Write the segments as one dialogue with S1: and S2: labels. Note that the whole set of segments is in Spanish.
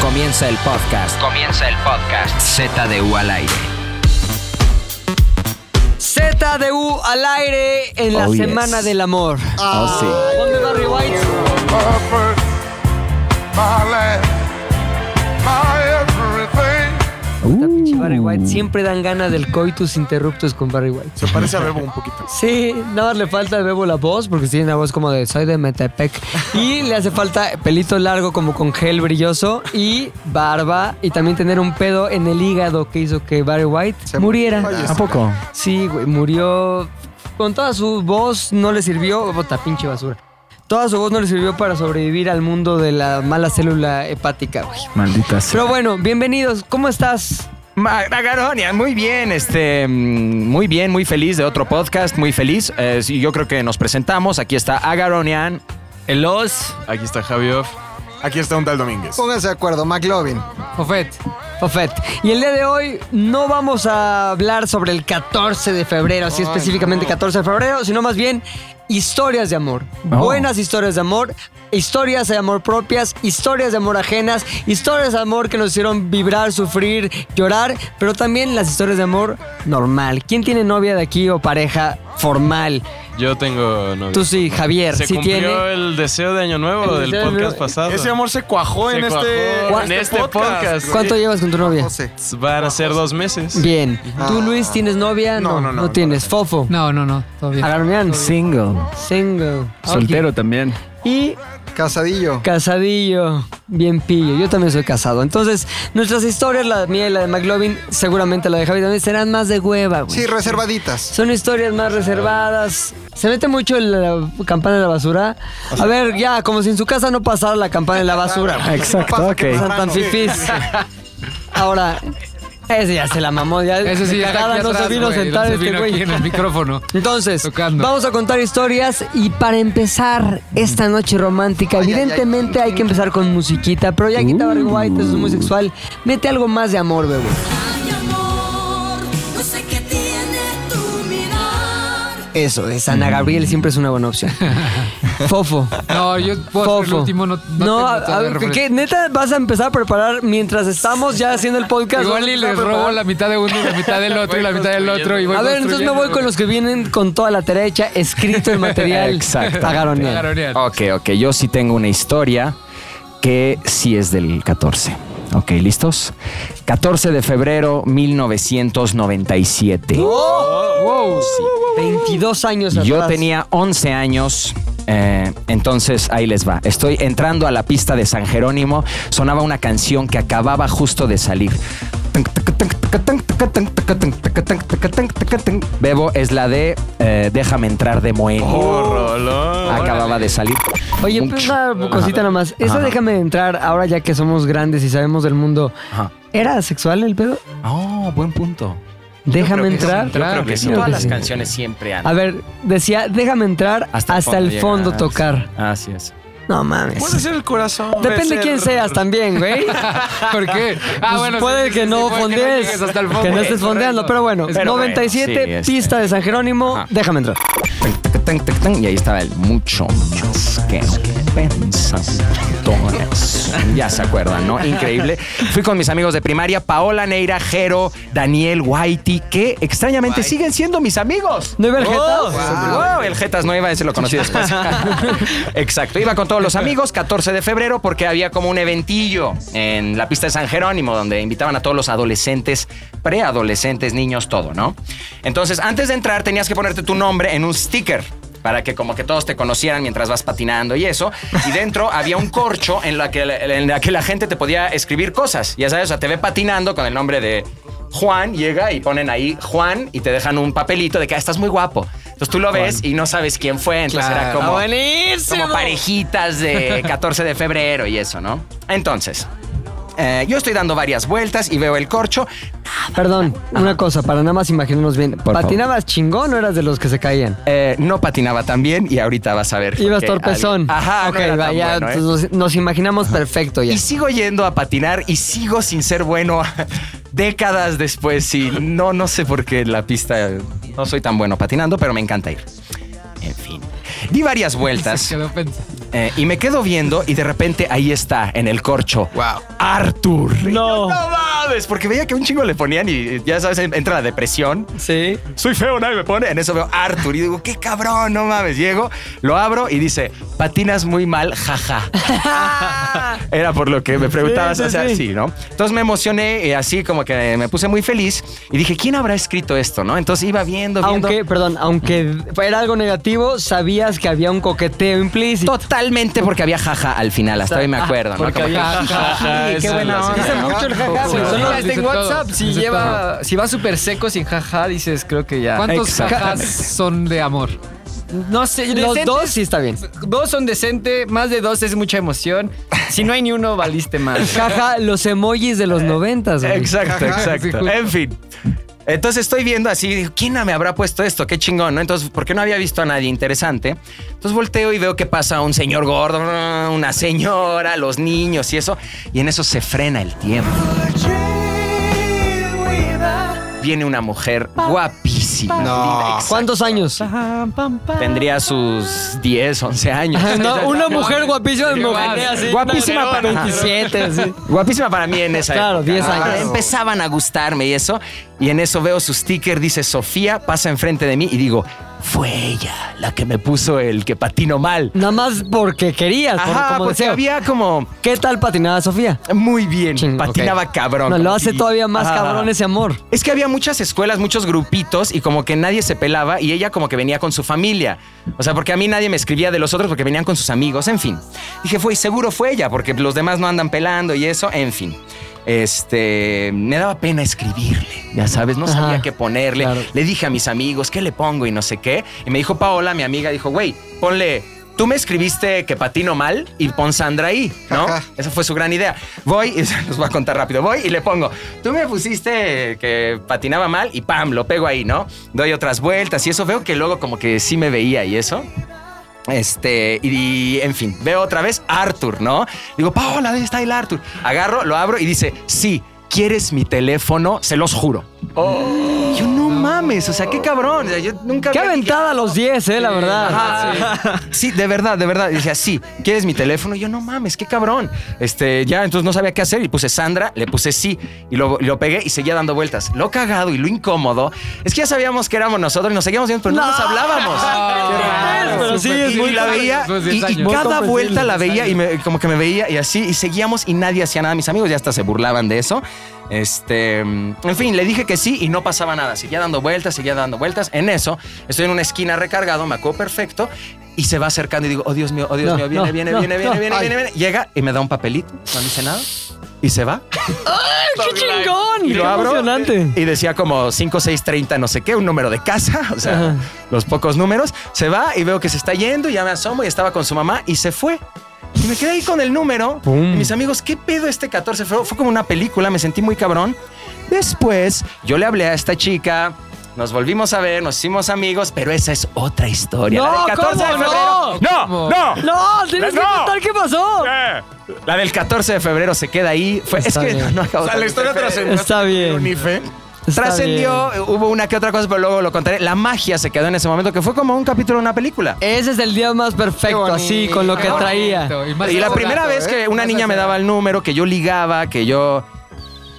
S1: Comienza el podcast. Comienza el podcast. ZDU al aire.
S2: ZDU al aire en la
S3: Oh, yes.
S2: Semana del Amor.
S3: Oh, sí.
S2: Ponme Barry White.
S4: purpose, my life, my everything.
S2: Pinche Barry White. Siempre dan ganas del coitus interruptus con Barry White.
S5: Se parece a Bebo un poquito.
S2: Sí, nada más le falta al Bebo la voz, porque tiene una voz como de soy de Metepec. Y le hace falta pelito largo como con gel brilloso y barba. Y también tener un pedo en el hígado que hizo que Barry White muriera.
S5: Oye,
S3: ¿A poco?
S2: Sí, güey, murió. Con toda su voz no le sirvió. Bota, pinche basura. Toda su voz no le sirvió para sobrevivir al mundo de la mala célula hepática, güey.
S3: Maldita sea.
S2: Pero bueno, bienvenidos. ¿Cómo estás?
S6: Magaronia, muy bien, este, mm, muy bien, muy feliz de otro podcast, muy feliz. Eh, sí, yo creo que nos presentamos. Aquí está Agaronian. Elos.
S5: Aquí está Javier. Aquí está un tal Domínguez.
S7: Pónganse de acuerdo, McLovin.
S2: Fofet. Fofet. Y el día de hoy no vamos a hablar sobre el 14 de febrero, así específicamente 14 de febrero, sino más bien historias de amor.
S3: Oh.
S2: Buenas historias de amor, historias de amor propias, historias de amor ajenas, historias de amor que nos hicieron vibrar, sufrir, llorar, pero también las historias de amor normal. ¿Quién tiene novia de aquí o pareja formal?
S8: Yo tengo novia.
S2: Tú sí, Javier,
S8: ¿Se
S2: sí
S8: cumplió
S2: tiene.
S8: el deseo de Año Nuevo
S2: El
S8: del
S2: deseo de Año
S8: podcast
S2: Nuevo.
S8: pasado?
S5: Ese amor se cuajó
S8: Se
S5: en
S8: cuajó
S5: este.
S8: en este podcast.
S2: ¿Cuánto llevas con tu novia?
S7: José.
S8: Van a ser dos meses.
S2: Bien. ¿Tú, Luis, tienes novia?
S5: Ah. No, no, no, no
S2: tienes. Fofo.
S9: No, no, no, todavía.
S2: Agarmián.
S3: Single.
S2: Single.
S3: Soltero también.
S2: Y
S7: Casadillo.
S2: casadillo. Bien pillo. Yo también soy casado. Entonces, nuestras historias, la mía y la de McLovin, seguramente la de Javi también, serán más de hueva, güey.
S7: Sí, reservaditas.
S2: Son historias más reservadas. Se mete mucho el- la campana de la basura. A ver, ya, como si en su casa no pasara la campana de la basura. güey.
S3: Exacto,
S7: pues, Pasa
S3: ok.
S7: que
S2: Son tan fifís. Ahora, ese ya se la mamó. Ya,
S9: Ese sí, ya
S2: Cada
S9: aquí
S2: no
S9: atrás,
S2: se vino a
S9: güey,
S2: sentar
S9: no se
S2: este
S9: vino
S2: güey.
S9: aquí en el micrófono.
S2: Entonces,
S9: Tocando.
S2: vamos a contar historias y para empezar esta noche romántica,
S7: Ay, ay, ay.
S2: evidentemente hay que empezar con musiquita, pero ya quita Barry White, eso es muy sexual. Mete algo más de amor, bebé.
S10: Mi amor, no sé qué tiene tu mirar.
S2: Eso, de
S9: Mm.
S2: Ana Gabriel siempre es una buena opción. Fofo.
S9: No, yo puedo ser el
S2: Fofo.
S9: último, no, no,
S2: No,
S9: tengo
S2: a-
S9: todavía
S2: a- ¿qué?
S9: referencia.
S2: ¿Neta vas a empezar a preparar mientras estamos ya haciendo el podcast?
S9: Igual
S2: ¿Vas a
S9: y
S2: empezar a
S9: les robo
S2: preparar?
S9: la mitad de uno y la mitad del otro y la mitad del otro y voy
S2: A ver, entonces me voy con los que vienen con toda la tarea hecha, escrito el material.
S6: Exactamente.
S2: Pagaron bien.
S9: Agaronian.
S6: Ok, ok, yo sí tengo una historia que sí es del 14. Ok, ¿listos? 14 de febrero 1997.
S2: Wow, 22 Oh. años atrás.
S6: Yo tenía 11 años. eh, entonces ahí les va. Estoy entrando a la pista de San Jerónimo. Sonaba una canción que acababa justo de salir. Bebo es la de eh, Déjame entrar de Moenia.
S11: Oh,
S6: Acababa de salir.
S2: Oye,
S6: Un-
S2: pues una cosita nada más. Eso
S6: Ajá.
S2: déjame entrar, ahora ya que somos grandes y sabemos del mundo.
S6: Ajá.
S2: ¿Era sexual el pedo?
S6: Oh, buen punto.
S2: Déjame
S6: Yo creo que sí,
S2: entrar.
S6: yo creo que sí.
S2: Claro que
S6: Todas las
S2: sí.
S6: canciones siempre han.
S2: A ver, decía, déjame entrar hasta, el
S6: llega.
S2: fondo, tocar.
S6: Así es.
S2: No mames.
S5: Puede ser el corazón.
S2: Depende
S5: de
S2: quién seas también, güey.
S9: ¿Por qué?
S6: Ah,
S2: Pues puede que no fondees,
S9: llegues hasta el fondo.
S2: que no estés fondeando, pero bueno,
S6: Pero bueno,
S2: 97,
S6: sí, este-
S2: pista de San Jerónimo,
S6: Ajá.
S2: déjame entrar.
S6: Y ahí estaba el mucho más que pensantones. Ya se acuerdan, ¿no? Increíble. Fui con mis amigos de primaria, Paola Neira, Jero, Daniel, Whitey, que extrañamente siguen siendo mis amigos.
S2: ¿No iba el Jetas?
S6: Wow, el Jetas Nueva, ese lo conocí después. Exacto. Iba con todos los amigos, 14 de febrero, porque había como un eventillo en la pista de San Jerónimo, donde invitaban a todos los adolescentes, preadolescentes, niños, todo, ¿no? Entonces, antes de entrar, tenías que ponerte tu nombre en un sticker. Para que como que todos te conocieran mientras vas patinando y eso. Y dentro había un corcho en la que, en la, que la gente te podía escribir cosas. Ya sabes, o sea, te ve patinando con el nombre de Juan, llega y ponen ahí Juan y te dejan un papelito de que "Ah, estás muy guapo. Entonces tú lo ves y no sabes quién fue. Entonces era
S9: Claro.
S6: como...
S2: Ah, Buenísimo.
S6: Como parejitas de 14 de febrero y eso, ¿no? Entonces, eh, yo estoy dando varias vueltas y veo el corcho. Ah,
S2: Perdón, una cosa, para nada más imaginarnos bien.
S6: favor.
S2: ¿Patinabas chingón o eras de los que se caían?
S6: Eh, no patinaba tan bien y ahorita vas a ver.
S2: Ibas
S6: que
S2: torpezón.
S6: alguien- Ajá,
S2: ok,
S6: no era tan
S2: va, ya,
S6: bueno, ¿eh?
S2: entonces nos, nos imaginamos perfecto ya.
S6: Y sigo yendo a patinar y sigo sin ser bueno décadas después. Y no, no sé por qué la pista. No soy tan bueno patinando, pero me encanta ir. En fin. Di varias vueltas
S9: Se quedó pensando.
S6: eh, y me quedo viendo y de repente ahí está, en el corcho.
S5: Wow.
S6: Arthur. Y yo,
S2: No.
S6: No mames, porque veía que un chingo le ponían y ya sabes, entra la depresión.
S2: Sí.
S6: Soy feo, nadie me pone. En eso veo Arthur y digo, qué cabrón, no mames. Llego, lo abro y dice, patinas muy mal, jaja. Era por lo que me preguntabas,
S2: Sí, sí,
S6: o sea,
S2: sí.
S6: sí, ¿no? Entonces me emocioné, eh, así como que me puse muy feliz y dije, ¿quién habrá escrito esto, no? Entonces iba viendo, viendo.
S2: Aunque, perdón, aunque era algo negativo, sabías que había un coqueteo implícito.
S6: Totalmente porque había jaja al final, hasta hoy me acuerdo, ¿no? Como que,
S8: había jaja,
S6: "Ay, qué
S8: esa
S6: buena
S8: es la
S6: onda",
S2: Dice
S8: señal.
S6: ¿no?
S2: mucho el jaja, güey.
S9: Sí.
S2: Son los-
S9: Dice
S12: en
S9: todo,
S12: WhatsApp, si
S9: dice
S12: lleva, si va súper seco sin jaja, dices, creo que ya.
S9: ¿Cuántos
S6: Exactamente.
S9: jajas son de amor?
S12: No sé,
S2: los
S12: decentes-
S2: dos sí está bien.
S12: Dos son decente, más de dos es mucha emoción. Si no hay ni uno, valiste más.
S2: Jaja, los emojis de los noventas, güey.
S6: Eh, Exacto, exacto. En fin. Entonces estoy viendo así, digo, ¿quién me habrá puesto esto? Qué chingón, ¿no? Entonces, porque no había visto a nadie interesante. Entonces volteo y veo que pasa un señor gordo, una señora, los niños y eso. Y en eso se frena el tiempo. Viene una mujer guapísima.
S7: No.
S2: ¿Cuántos años?
S6: Tendría sus 10, 11 años.
S2: No, una mujer guapísima me ojetea
S6: Ah,
S2: así.
S6: Guapísima
S2: Una
S6: para-
S2: 27, sí.
S6: Guapísima para mí en esa
S2: Claro,
S6: época.
S2: 10 años.
S6: Ah, Empezaban a gustarme y eso. Y en eso veo su sticker, dice Sofía, pasa enfrente de mí y digo, fue ella la que me puso el que patino mal.
S2: Nada más porque querías, por-
S6: Ajá,
S2: como
S6: porque
S2: deseo.
S6: había como
S2: ¿Qué tal patinada, Sofía?
S6: muy bien,
S2: Ching,
S6: patinaba cabrón.
S2: No, lo
S6: como
S2: hace
S6: que-
S2: todavía más
S6: Ah.
S2: cabrón ese amor.
S6: Es que había muchas escuelas, muchos grupitos y como que nadie se pelaba y ella como que venía con su familia. O sea, porque a mí nadie me escribía de los otros porque venían con sus amigos, en fin. Dije, fue, y seguro fue ella porque los demás no andan pelando y eso, en fin. Este, me daba pena escribirle, ya sabes, no sabía
S2: Ajá,
S6: qué ponerle.
S2: claro.
S6: Le dije a mis amigos, ¿qué le pongo? Y no sé qué. Y me dijo Paola, mi amiga, dijo, güey, ponle, tú me escribiste que patino mal y pon Sandra ahí, ¿no?
S7: Ajá.
S6: Esa fue su gran idea. Voy, y se los voy a contar rápido, voy y le pongo, tú me pusiste que patinaba mal y pam, lo pego ahí, ¿no? Doy otras vueltas y eso, veo que luego como que sí me veía y eso. Este, y, y, en fin, veo otra vez Arthur, ¿no? Digo, Paola, ¿dónde está el Arthur? Agarro, lo abro y dice, sí, ¿quieres mi teléfono? Se los juro. Yo no mames, o sea, qué cabrón. O sea, yo nunca
S2: Qué
S6: había-
S2: aventada a los 10, eh, la verdad.
S6: Ajá. Sí, de verdad, de verdad. Y decía, sí, ¿quieres mi teléfono? Y yo, no mames, qué cabrón. Este, ya, entonces no sabía qué hacer y puse Sandra, le puse sí y lo, y lo pegué y seguía dando vueltas. Lo cagado y lo incómodo es que ya sabíamos que éramos nosotros y nos seguíamos viendo, pero no, nos hablábamos.
S2: Pero sí, es
S6: Y
S2: muy
S6: la
S2: tarde,
S6: veía
S9: después de
S6: y,
S9: 10
S6: y
S9: años.
S6: cada
S2: Muy
S6: vuelta la
S9: comprensible,
S6: veía y me- como que me veía y así y seguíamos y nadie hacía nada. Mis amigos ya hasta se burlaban de eso. Este, mm, en fin, le dije que sí y no pasaba nada. Seguía dando vueltas, seguía dando vueltas. En eso, estoy en una esquina recargado, me acuerdo perfecto y se va acercando y digo, oh Dios mío, oh Dios
S2: No,
S6: mío, viene,
S2: no,
S6: viene,
S2: no,
S6: viene,
S2: no.
S6: viene, viene,
S2: Ay.
S6: viene, viene. Llega y me da un papelito, no dice nada y se va.
S2: ¡Qué chingón!
S6: Y
S2: ¡Qué
S6: lo abro
S2: emocionante!
S6: y decía como 5, 6, 30, no sé qué, un número de casa, o sea,
S2: Ajá.
S6: los pocos números. Se va y veo que se está yendo, ya me asomo y estaba con su mamá y se fue. Y me quedé ahí con el número. Y mis amigos, ¿qué pedo este 14 de febrero? Fue como una película, me sentí muy cabrón. Después yo le hablé a esta chica, nos volvimos a ver, nos hicimos amigos, pero esa es otra historia.
S2: No,
S6: la del 14 de
S2: ¿cómo
S6: febrero.
S9: ¿Cómo?
S6: No, no,
S2: ¡No! ¡Tienes que
S6: ¡No!
S2: contar qué pasó!
S6: La del 14 de febrero se queda ahí. Fue, es
S2: Está
S6: que
S2: bien.
S6: no, no acabo
S5: O sea,
S6: de-
S5: la historia trascendió.
S2: Está bien.
S5: Unife.
S2: Está
S6: Trascendió, eh, hubo una que otra cosa, pero luego lo contaré. La magia se quedó en ese momento, que fue como un capítulo de una película.
S2: bien. Ese es el día más perfecto,
S7: Qué
S2: así,
S7: bonito.
S2: con lo que
S9: Qué
S2: traía.
S9: bonito, más
S6: Y la
S9: barato,
S6: primera vez
S9: ¿eh?
S6: que una
S9: Más
S6: niña me
S9: barato.
S6: daba el número, que yo ligaba, que yo...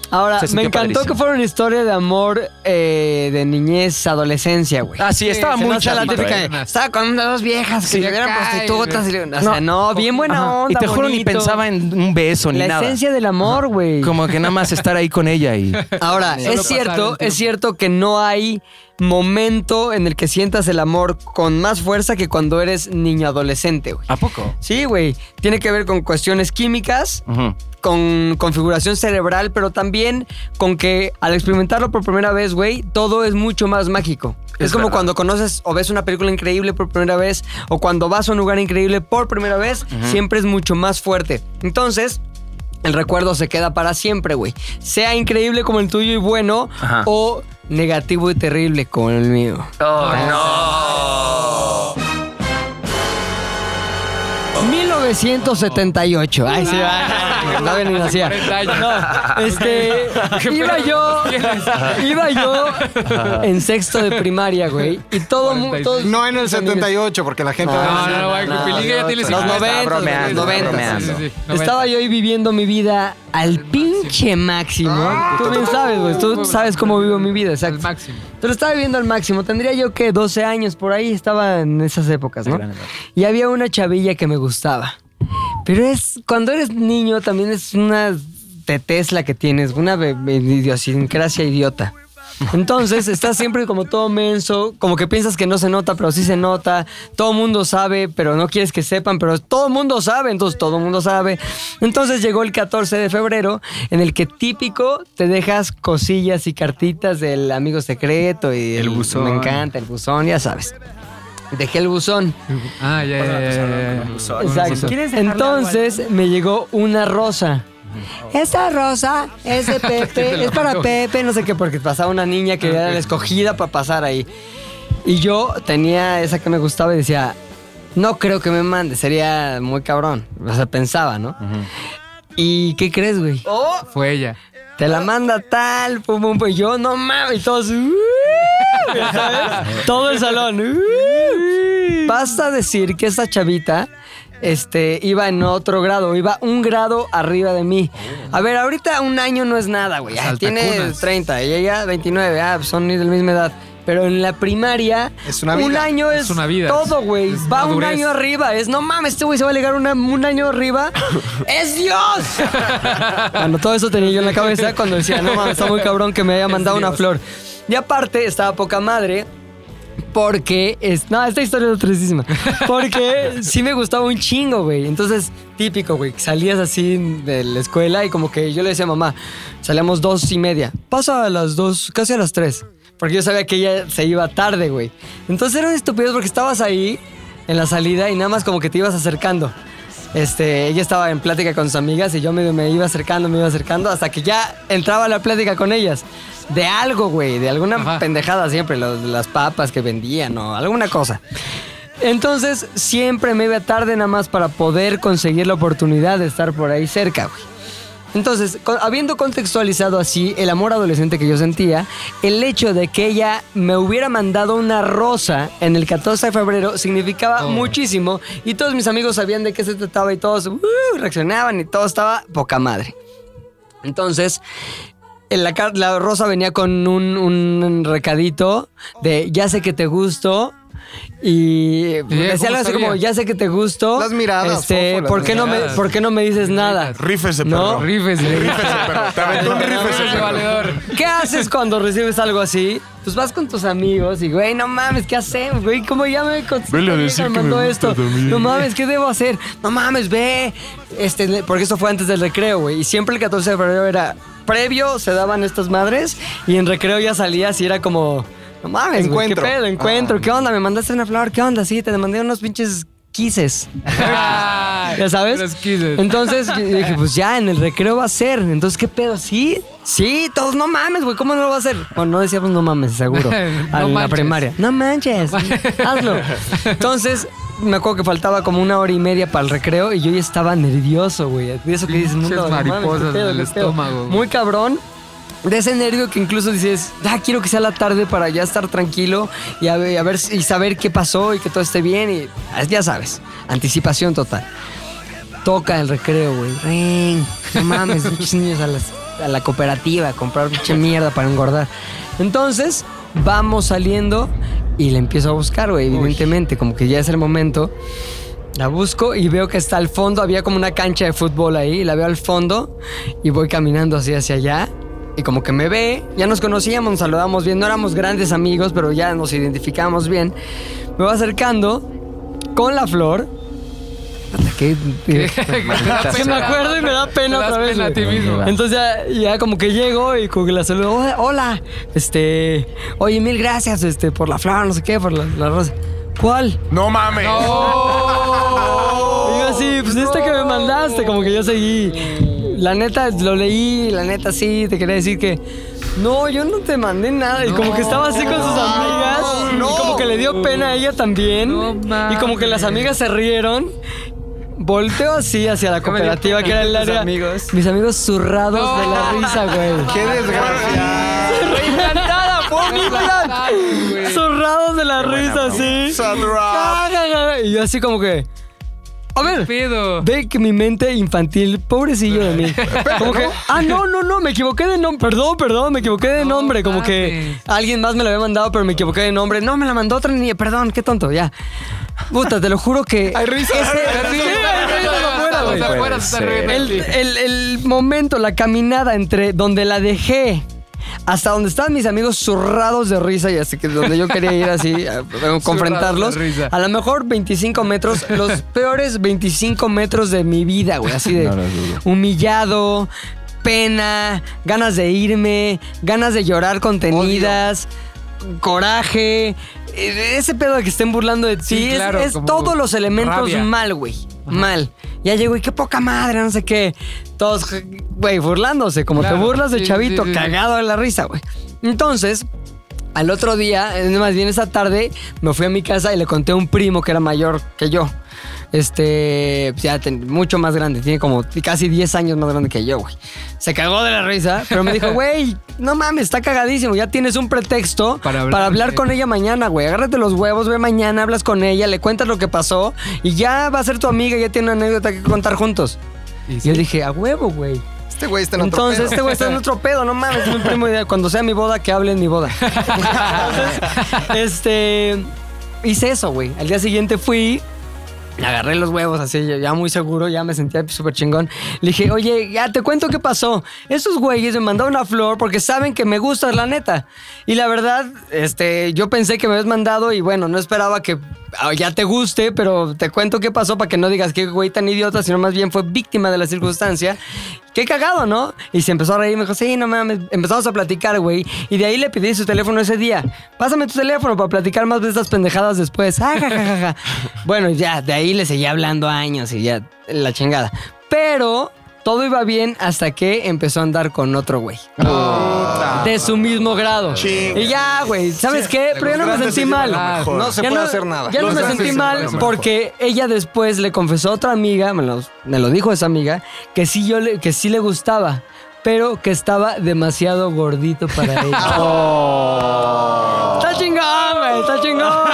S2: Ahora,
S6: Se sintió
S2: me encantó
S6: padrísimo.
S2: que fuera una historia de amor eh, de niñez, adolescencia, güey.
S6: Ah, sí, estaba
S2: se
S6: muy
S2: no sea la
S6: chavito,
S2: típica
S6: ¿eh?
S2: de, Estaba con unas dos viejas que ya eran
S9: cae,
S2: prostitutas. Y,
S9: güey.
S2: o sea, no, bien buena
S6: Ajá.
S2: onda.
S6: Y te juro, ni
S2: bonito.
S6: pensaba en un beso ni
S2: La
S6: nada.
S2: esencia del amor, güey.
S6: Como que nada más estar ahí con ella y...
S2: Ahora,
S9: Solo
S2: es
S9: pasar
S2: cierto,
S9: el tiempo.
S2: es cierto que no hay momento en el que sientas el amor con más fuerza que cuando eres niño adolescente, güey.
S6: ¿A poco?
S2: Sí, güey. Tiene que ver con cuestiones químicas,
S6: Ujú.
S2: con configuración cerebral, pero también con que al experimentarlo por primera vez, güey, todo es mucho más mágico. Es,
S6: Es
S2: como
S6: verdad.
S2: cuando conoces o ves una película increíble por primera vez o cuando vas a un lugar increíble por primera vez, siempre es mucho más fuerte. Entonces, el recuerdo se queda para siempre, güey. Sea increíble como el tuyo y bueno
S6: Ajá.
S2: o negativo y terrible como el mío.
S6: no.
S2: 1900 1978. Ay, sí, va. No, ni nacía.
S9: 40 Ah. años.
S2: No, este, iba yo, iba yo en sexto de primaria, güey, y todo, mu- todos-
S7: No en el 78, porque la gente...
S9: No,
S7: va a
S9: no,
S7: decir,
S9: no, güey. Cupilinga ya tiene
S2: Los
S9: 50.
S2: noventas,
S6: bromeando,
S2: los noventas.
S6: bromeando.
S9: Sí, sí, sí,
S2: Estaba yo ahí viviendo mi vida al pinche máximo.
S9: Ah,
S2: Tú bien sabes, güey. Tú sabes cómo vivo mi vida, exacto.
S9: Al máximo.
S2: Pero estaba viviendo al máximo. Tendría yo que 12 años por ahí. Estaba en esas épocas, ¿no? Y había una chavilla que me gustaba. Pero es. Cuando eres niño también es una tetés la que tienes. Una be- be- idiosincrasia idiota. Entonces estás siempre como todo menso, como que piensas que no se nota, pero sí se nota. Todo mundo sabe, pero no quieres que sepan, pero todo mundo sabe, entonces todo mundo sabe. Entonces llegó el 14 de febrero, en el que típico te dejas cosillas y cartitas del amigo secreto y
S3: El buzón.
S2: Me encanta el buzón, ya sabes. Dejé el buzón.
S9: Ah, ya, ya, ya, ya, ya.
S2: Exacto. Entonces me llegó una rosa. Esta rosa es de Pepe, es para Pepe, no sé qué, porque pasaba una niña que era la escogida para pasar ahí. Y yo tenía esa que me gustaba y decía, no creo que me mande, sería muy cabrón. O sea, pensaba, ¿no? ¿Y qué crees, güey?
S9: Fue ella.
S2: Te la manda tal, pum, pum, pum. Y yo, no mames, y todos, "Uh", ya ¿sabes? Todo el salón, "Uh". Basta decir que esta chavita este, iba en otro grado, iba un grado arriba de mí. A ver, ahorita un año no es nada, güey. Ah, Tiene
S9: Saltacunas.
S2: 30 y ella 29, ah, pues son de la misma edad. Pero en la primaria,
S7: Es una
S2: un
S7: vida.
S2: año es,
S9: Es una vida.
S2: todo, güey.
S9: Es
S2: Va un
S9: madurez.
S2: año arriba. Es, no mames, este güey se va a llegar una- un año arriba. ¡Es Dios! Bueno, todo eso tenía yo en la cabeza cuando decía, no mames, está muy cabrón que me haya mandado una flor. Y aparte, estaba poca madre. Porque es. No, esta historia es tristísima. Porque sí me gustaba un chingo, güey. Entonces, típico, güey. que Salías así de la escuela y como que yo le decía a mamá, salíamos dos y media. Pasa a las dos, casi a las tres. Porque yo sabía que ella se iba tarde, güey. Entonces era una estupidez porque estabas ahí en la salida y nada más como que te ibas acercando. Este, ella estaba en plática con sus amigas y yo medio me iba acercando, me iba acercando hasta que ya entraba la plática con ellas. De algo, güey, de alguna
S9: Ajá.
S2: pendejada siempre, lo- las papas que vendían o alguna cosa. Entonces siempre me iba tarde nada más para poder conseguir la oportunidad de estar por ahí cerca, güey. Entonces, co- habiendo contextualizado así el amor adolescente que yo sentía, el hecho de que ella me hubiera mandado una rosa en el 14 de febrero significaba
S7: Oh.
S2: muchísimo y todos mis amigos sabían de qué se trataba y todos uh, reaccionaban y todo estaba poca madre. Entonces, en la, car- la rosa venía con un, un recadito de ya sé que te gusto. Y decía algo así
S9: ¿cómo
S2: como,
S9: estaría?
S2: ya sé que te gusto.
S7: Las miradas,
S2: Este,
S7: fofo, las
S2: ¿por, qué no me,
S9: miradas.
S2: ¿Por qué no me dices nada?
S5: Rifes de
S2: No.
S5: perro.
S9: Rifes.
S5: Rifes de perro. Te aventó un rifes de
S9: Rifes de
S5: perro.
S9: valedor.
S2: ¿Qué haces cuando recibes algo así? Pues vas con tus amigos y, güey, no mames, ¿qué hacemos, güey? ¿Cómo ya me contestó?
S5: Vele a decir que me
S2: mandó
S5: gusta
S2: esto?
S5: también.
S2: No mames, ¿qué debo hacer? No mames, ve. Este, le- porque esto fue antes del recreo, güey. Y siempre el 14 de febrero era previo, se daban estas madres y en recreo ya salías y era como, no mames, güey, ¿qué
S7: Encuentro.
S2: pedo? Encuentro, ¿qué onda? ¿Me mandaste una flor? ¿Qué onda? Sí, te mandé unos pinches quises. ¿Ya sabes?
S9: Los quises.
S2: Entonces yo dije, pues ya, en el recreo va a ser. Entonces, ¿qué pedo? ¿Sí? Sí, todos no mames, güey, ¿cómo no lo va a hacer? Bueno, no decíamos no mames, seguro.
S9: No
S2: a la
S9: manches.
S2: primaria. No manches, hazlo. Entonces, me acuerdo que faltaba como una hora y media para el recreo y yo ya estaba nervioso, güey. De eso que dices,
S9: Pinches
S2: mundo, no mames, qué
S9: mariposas
S2: pedo,
S9: en el
S2: qué pedo.
S9: estómago, güey.
S2: Muy cabrón. De ese nervio que incluso dices, ah, quiero que sea la tarde para ya estar tranquilo y, a ver, a ver- y saber qué pasó y que todo esté bien. Y ah, ya sabes, anticipación total. Toca el recreo, güey. Ren, no mames, muchos niños a, las- a la cooperativa a comprar mucha mierda para engordar. Entonces, vamos saliendo y le empiezo a buscar, güey, evidentemente, como que ya es el momento. La busco y veo que está al fondo, había como una cancha de fútbol ahí, la veo al fondo y voy caminando así hacia allá. Y como que me ve, ya nos conocíamos, nos saludábamos bien, no éramos grandes amigos, pero ya nos identificábamos bien. Me va acercando con la flor. Puta, ¿Qué? Sí, me acuerdo y me da pena
S9: Te das
S2: otra vez.
S9: pena a
S2: güey.
S9: ti mismo.
S2: Entonces ya, ya como que llego y como que la saludo. "Hola, Hola, este, oye, mil gracias este, por la flor, no sé qué, por la, la rosa. ¿Cuál?
S5: No mames.
S2: Y yo así, pues esta que me mandaste, como que yo seguí. La neta, lo leí, la neta sí, te quería decir que. No, yo no te mandé nada. Y como que estaba así con sus amigas. Y como que le dio pena a ella también.
S9: No
S2: y como que las
S9: mames.
S2: amigas se rieron. volteo así hacia la
S12: ¿Cómo dijo?
S2: cooperativa que era el
S12: Tus
S2: área.
S12: amigos.
S2: Mis amigos zurrados de la risa, güey.
S7: Qué desgracia.
S2: Encantada, fue mi plan. Zurrados de la risa, sí. Ja, ja, ja. Y yo así como que. A ver,
S9: Pedo.
S2: ve que mi mente infantil, pobrecillo de mí. Como que, ah, no, no, no, me equivoqué de nombre. Perdón, perdón, me equivoqué de
S9: No
S2: nombre. Como que
S9: mames.
S2: alguien más me la había mandado, pero me equivoqué de nombre. No, me la mandó otra niña, perdón, qué tonto, ya. Puta, te lo juro que. Hay risa. Sí, hay risas afuera, güey.
S9: Está afuera,
S6: Puede
S9: está riendo.
S2: El, el- el momento, la caminada entre donde la dejé hasta donde estaban mis amigos zurrados de risa y hasta que donde yo quería ir así a, a confrontarlos.
S9: de risa.
S2: A lo mejor 25 metros, los peores 25 metros de mi vida, güey. Así de
S3: No lo dudo.
S2: humillado, pena, ganas de irme, ganas de llorar contenidas, coraje. eh, Ese pedo de que estén burlando de ti
S9: Sí,
S2: es-
S9: claro,
S2: es,
S9: como
S2: todos los elementos
S9: rabia.
S2: mal, güey. Mal. Ya llegó y qué poca madre, no sé qué. Todos, güey, burlándose, como te
S9: Claro,
S2: burlas de
S9: sí,
S2: chavito,
S9: sí, sí, sí.
S2: cagado de la risa, güey. Entonces, al otro día, eh, más bien esa tarde, me fui a mi casa y le conté a un primo que era mayor que yo. Este, pues ya ten- mucho más grande, tiene como casi 10 años más grande que yo, güey. Se cagó de la risa, pero me dijo, güey, no mames, está cagadísimo, ya tienes un pretexto
S9: Para
S2: para
S9: hablar
S2: hablar,
S9: de-
S2: con ella mañana, güey. Agárrate los huevos, ve mañana, hablas con ella, le cuentas lo que pasó y ya va a ser tu amiga, ya tiene una anécdota que contar juntos.
S9: Y
S2: Y
S9: sí.
S2: yo dije, a huevo, güey.
S7: Este güey está en otro
S2: Entonces,
S7: pedo.
S2: este güey está en otro pedo, no mames, es mi primo idea. Cuando sea mi boda, que hable en mi boda. Entonces, este. Hice eso, güey. Al día siguiente fui. me Agarré los huevos así, yo ya muy seguro, ya me sentía súper chingón. Le dije, oye, ya te cuento qué pasó. Esos güeyes me mandaron una flor porque saben que me gustas, la neta. Y la verdad, este, yo pensé que me habías mandado y bueno, no esperaba que ah, ya te guste, pero te cuento qué pasó para que no digas que güey tan idiota, sino más bien fue víctima de la circunstancia. Qué cagado, ¿no? Y se empezó a reír, me dijo, sí, no mames. Empezamos a platicar, güey. Y de ahí le pedí su teléfono ese día. Pásame tu teléfono para platicar más de estas pendejadas después. Ah, ja, ja, ja, ja. Bueno, ya, de ahí le seguía hablando años y ya, la chingada. Pero todo iba bien hasta que empezó a andar con otro güey. De su mismo grado.
S5: Chinga.
S2: Y ya, güey, ¿sabes qué? Pero ya no me
S7: grandes
S2: sentí
S7: se
S2: mal.
S7: llevan lo mejor. No se
S2: Ya
S7: puede hacer nada.
S2: Ya no
S7: Los
S2: me
S7: grandes
S2: sentí
S7: se llevan
S2: mal
S7: lo mejor.
S2: porque ella después le confesó a otra amiga, me lo, me lo dijo esa amiga, que sí, yo le, que sí le gustaba, pero que estaba demasiado gordito para ella. Está chingón, güey, está chingón.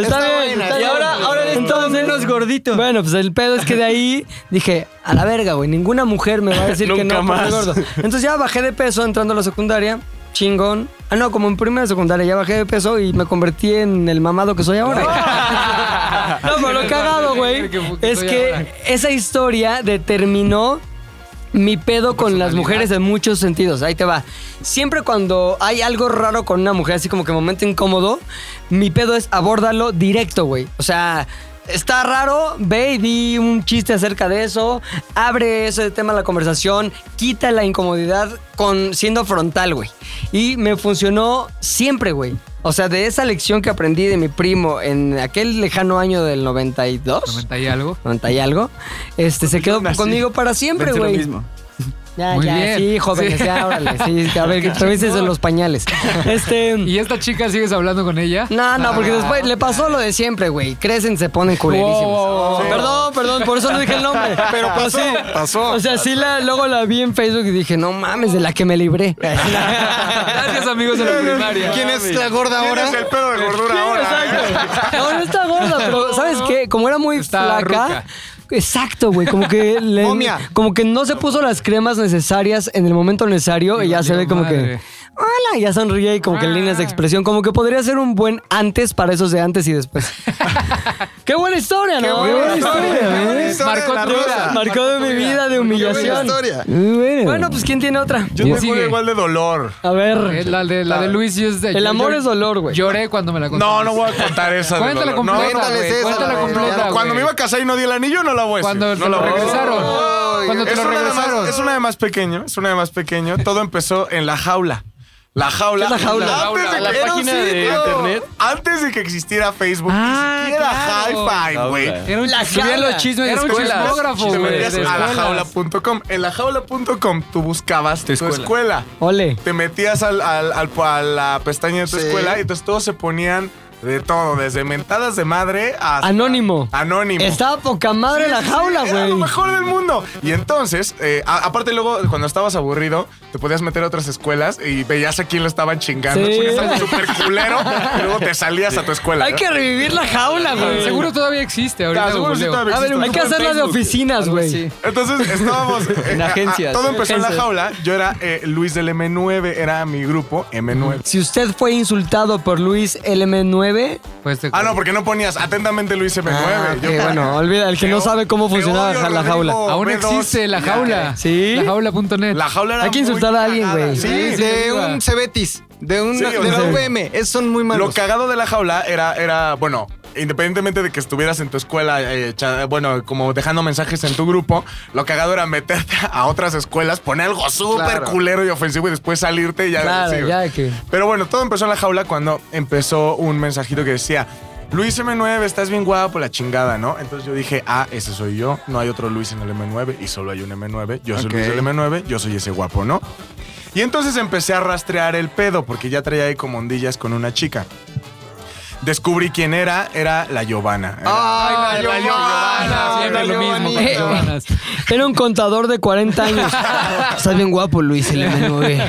S2: Está, bien.
S7: buena,
S2: está
S7: está
S2: bien.
S7: buena.
S2: entonces menos gordito. Bueno, pues el pedo es que de ahí dije, a la verga, güey, ninguna mujer me va a decir que no por ser gordo. Entonces ya bajé de peso entrando a la secundaria. Chingón. Ah, no, como en primera secundaria ya bajé de peso y me convertí en el mamado que soy ahora. No, pero lo cagado, güey, es que esa historia determinó mi pedo con las mujeres en muchos sentidos. Ahí te va. Siempre cuando hay algo raro con una mujer, así como que momento incómodo, mi pedo es abórdalo directo, güey. O sea, está raro, ve y di un chiste acerca de eso, abre ese tema a la conversación, quita la incomodidad con siendo frontal, güey. Y me funcionó siempre, güey. O sea, de esa lección que aprendí de mi primo en aquel lejano año del 92,
S9: 90 y algo.
S2: 90 y algo, este se quedó conmigo para siempre,
S3: Pensé lo
S2: güey.
S3: mismo.
S2: Ya,
S9: Muy
S2: ya,
S9: bien.
S2: sí, jóvenes,
S9: Sí.
S2: ya, órale. Sí, a ver, que travieses en los pañales. Este.
S9: ¿Y esta chica sigues hablando con ella?
S2: No, no, porque después le pasó lo de siempre, güey. Crecen, se ponen culerísimos.
S9: Wow.
S2: Sí. Perdón, perdón, por eso no dije el nombre. Pero pasó,
S7: pasó.
S2: O sea, sí, la, luego la vi en Facebook y dije, no mames, de la que me libré.
S9: Gracias, amigos de la primaria.
S7: ¿Quién es la gorda
S5: ¿Quién
S7: ahora?
S5: es el pedo de gordura ahora?
S2: Exacto. No, no está gorda, pero ¿sabes qué? Como era muy
S9: Está
S2: flaca.
S9: ruca.
S2: Exacto, güey. Como que le-
S7: Momia.
S2: como que no se puso las cremas necesarias en el momento necesario y ya se ve
S9: valió
S2: como
S9: madre.
S2: que. ¡Hola! y Ya sonríe y como que líneas de expresión. Como que podría ser un buen antes para esos de antes y después. ¡Qué buena historia, no! ¡Qué buena, historia!
S7: qué buena
S2: ¿eh?
S7: historia
S9: Marcó
S7: de la
S9: tu vida.
S7: rosa.
S2: Marcó de mi vida de humillación.
S7: historia.
S2: Bueno. pues ¿quién tiene otra?
S9: ¿Quién
S5: Yo tengo
S9: sigue?
S5: una igual de dolor.
S2: A ver.
S9: Es La de, la de Luis y es de...
S2: El
S9: yo
S2: amor
S9: llor-
S2: es dolor, güey.
S9: Lloré cuando me la contaste.
S5: No, no voy a contar esa de
S9: pues, Cuéntala
S5: dolor. No,
S9: completa,
S5: no,
S7: cuéntales
S9: güey.
S7: esa,
S9: Cuéntala
S7: güey.
S9: completa,
S7: No,
S5: Cuando me iba a casar y no di el anillo, no la voy a decir.
S9: Cuando
S5: no
S9: te
S5: la
S9: lo
S5: voy a decir.
S9: regresaron.
S7: Ay,
S9: Cuando te
S5: es,
S9: lo
S5: una de
S9: regresaron.
S5: más, es una de más pequeño, es una de más pequeño. Todo empezó en la jaula. La jaula.
S2: ¿Qué es la jaula?
S5: Antes de que
S8: La
S5: era un
S8: página de
S5: sitio.
S8: internet.
S5: Antes de que existiera Facebook,
S9: Ah,
S5: ni siquiera
S9: claro.
S5: Hi-Fi, güey.
S9: Era un,
S2: La
S9: subían los
S2: jaula.
S9: chismes de
S5: Era un
S9: escuelas.
S5: chismógrafo,
S9: Te
S5: Te
S9: metías
S5: metías
S9: de
S5: a
S9: escuelas.
S5: lajaula.com. En lajaula.com tú buscabas tu escuela.
S2: Ole.
S5: Te metías al, al- al- a la pestaña de tu
S7: Sí.
S5: escuela y entonces todos se ponían De todo, desde mentadas de madre hasta...
S2: Anónimo.
S5: Anónimo.
S2: Estaba poca madre
S5: Sí,
S2: la
S5: sí,
S2: jaula,
S5: Era lo
S2: güey.
S5: mejor del mundo. Y entonces, eh, a- aparte luego, cuando estabas aburrido, te podías meter a otras escuelas y veías a quién lo estaban chingando.
S2: Sí.
S5: Porque estabas súper culero y luego te salías a tu escuela.
S2: Hay
S5: ¿no?
S2: que revivir la jaula, güey.
S9: Seguro todavía existe ahorita.
S5: Claro, seguro sí
S9: googleo.
S5: todavía
S9: A ver,
S5: existe.
S9: un
S2: Hay que
S9: grupo en
S2: hacerla de
S9: Facebook.
S2: oficinas,
S9: Algo
S2: güey.
S9: así.
S5: Entonces estábamos en
S8: agencias.
S5: todo empezó en la
S2: Agencias.
S5: jaula. Yo era eh, Luis del M9, era mi grupo M9.
S2: Si usted fue insultado por Luis LM9,
S9: Pues te-
S5: Ah, no, porque no ponías atentamente Luis M9.
S2: Ah,
S5: Yo-
S2: ok, bueno, olvida, el que
S5: Te
S2: no
S5: o-
S2: sabe cómo
S5: te
S2: funcionaba
S5: odio,
S2: la jaula.
S5: Rodrigo
S9: Aún
S5: B2.
S9: existe la
S5: Ya,
S9: jaula.
S2: ¿Sí?
S9: La jaula.net.
S5: La jaula era
S2: Hay que
S5: muy
S2: insultar a alguien,
S5: cagada.
S2: güey.
S5: Sí,
S9: Sí, sí.
S7: de
S9: arriba.
S7: un Cebetis, de, un,
S5: Sí, o
S7: de
S5: sea,
S7: la VM. Esos son muy
S5: Lo
S7: malos.
S5: cagado de la jaula era, era bueno, independientemente de que estuvieras en tu escuela, eh, cha- bueno, como dejando mensajes en tu grupo, lo cagado era meterte a otras escuelas, poner algo súper
S7: Claro.
S5: culero y ofensivo y después salirte y ya.
S2: Claro,
S5: sí, güey.
S2: ya que-
S5: Pero bueno, todo empezó en la jaula cuando empezó un mensajito que decía. Luis M9, estás bien guapo, la chingada, ¿no? Entonces yo dije, ah, ese soy yo, no hay otro Luis en el M9 y solo hay un M9, yo soy
S7: Ok.
S5: Luis del M9, yo soy ese guapo, ¿no? Y entonces empecé a rastrear el pedo, porque ya traía ahí como ondillas con una chica. Descubrí quién era, era la Giovanna.
S7: Ah.
S5: Era-
S7: Ay, la
S5: Ah,
S7: Giovanna. la
S9: Siempre lo mismo. con
S7: Giovanita.
S9: Giovanas.
S2: Era un contador de 40 años. Estás bien guapo, Luis LM9.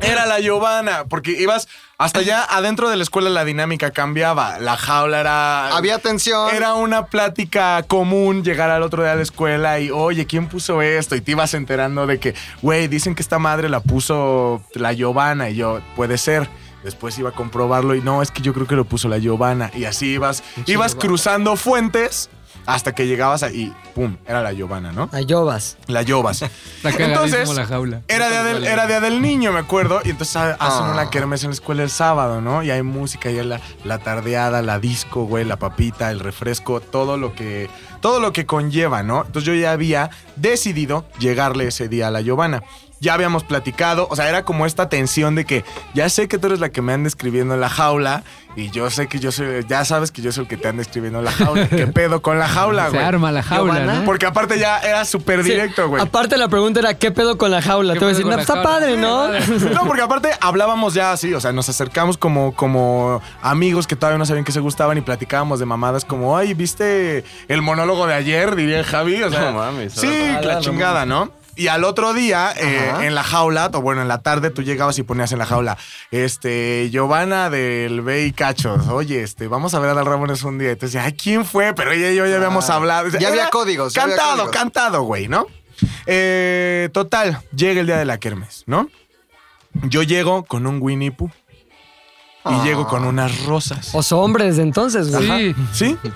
S5: Era la Giovanna, porque ibas hasta allá adentro de la escuela la dinámica cambiaba. La jaula era.
S7: Había tensión.
S5: Era una plática común llegar al otro día de la escuela y, oye, ¿quién puso esto? Y te ibas enterando de que, güey, dicen que esta madre la puso la Giovanna. Y yo, puede ser. Después iba a comprobarlo y no, es que yo creo que lo puso la Giovanna. Y así ibas, ibas cruzando fuentes hasta que llegabas ahí. ¡Pum! Era la Giovanna, ¿no?
S2: Ayobas.
S5: La Giovas.
S9: Está cagadísimo
S5: Entonces,
S9: la jaula.
S5: Era día, del, era día del niño, me acuerdo. Y entonces ha- hacen una kermés en la escuela el sábado, ¿no? Y hay música, y hay la, la tardeada, la disco, güey, la papita, el refresco, todo lo que. Todo lo que conlleva, ¿no? Entonces yo ya había decidido llegarle ese día a la Giovanna. Ya habíamos platicado, o sea, era como esta tensión de que ya sé que tú eres la que me anda escribiendo en la jaula y yo sé que yo soy, ya sabes que yo soy el que te anda escribiendo en la jaula. ¿Qué pedo con la jaula,
S9: Se
S5: güey?
S9: arma la jaula, ¿no?
S5: Porque aparte ya era súper directo, güey.
S2: Aparte, la pregunta era: ¿qué pedo con la jaula?
S9: ¿Qué
S2: Te voy a decir:
S9: pedo
S2: no,
S9: con la
S2: está
S9: jaula?
S2: padre, ¿no?
S5: No, porque aparte hablábamos ya así, o sea, nos acercamos como, como amigos que todavía no sabían que se gustaban y platicábamos de mamadas como, ay, ¿viste el monólogo de ayer? Diría el Javi, o sea.
S8: No mames,
S5: Sí,
S8: ahora-
S5: la chingada, ¿no? Y al otro día, eh, en la jaula, o bueno, en la tarde, tú llegabas y ponías en la jaula, este, Giovanna del B y Cachos, oye, este, vamos a ver a Dal Ramones un día. Entonces, ay, ¿quién fue? Pero ella y yo ya habíamos hablado. O sea,
S7: Ah. Ya había
S5: era
S7: códigos, ya había
S5: Cantado,
S7: códigos.
S5: cantado, güey, ¿no? Eh, total, llega el día de la kermes, ¿no? Yo llego con un Winnie Pooh y
S7: Ah.
S5: llego con unas rosas.
S2: O hombres desde entonces, güey.
S9: Sí.
S5: ¿Sí?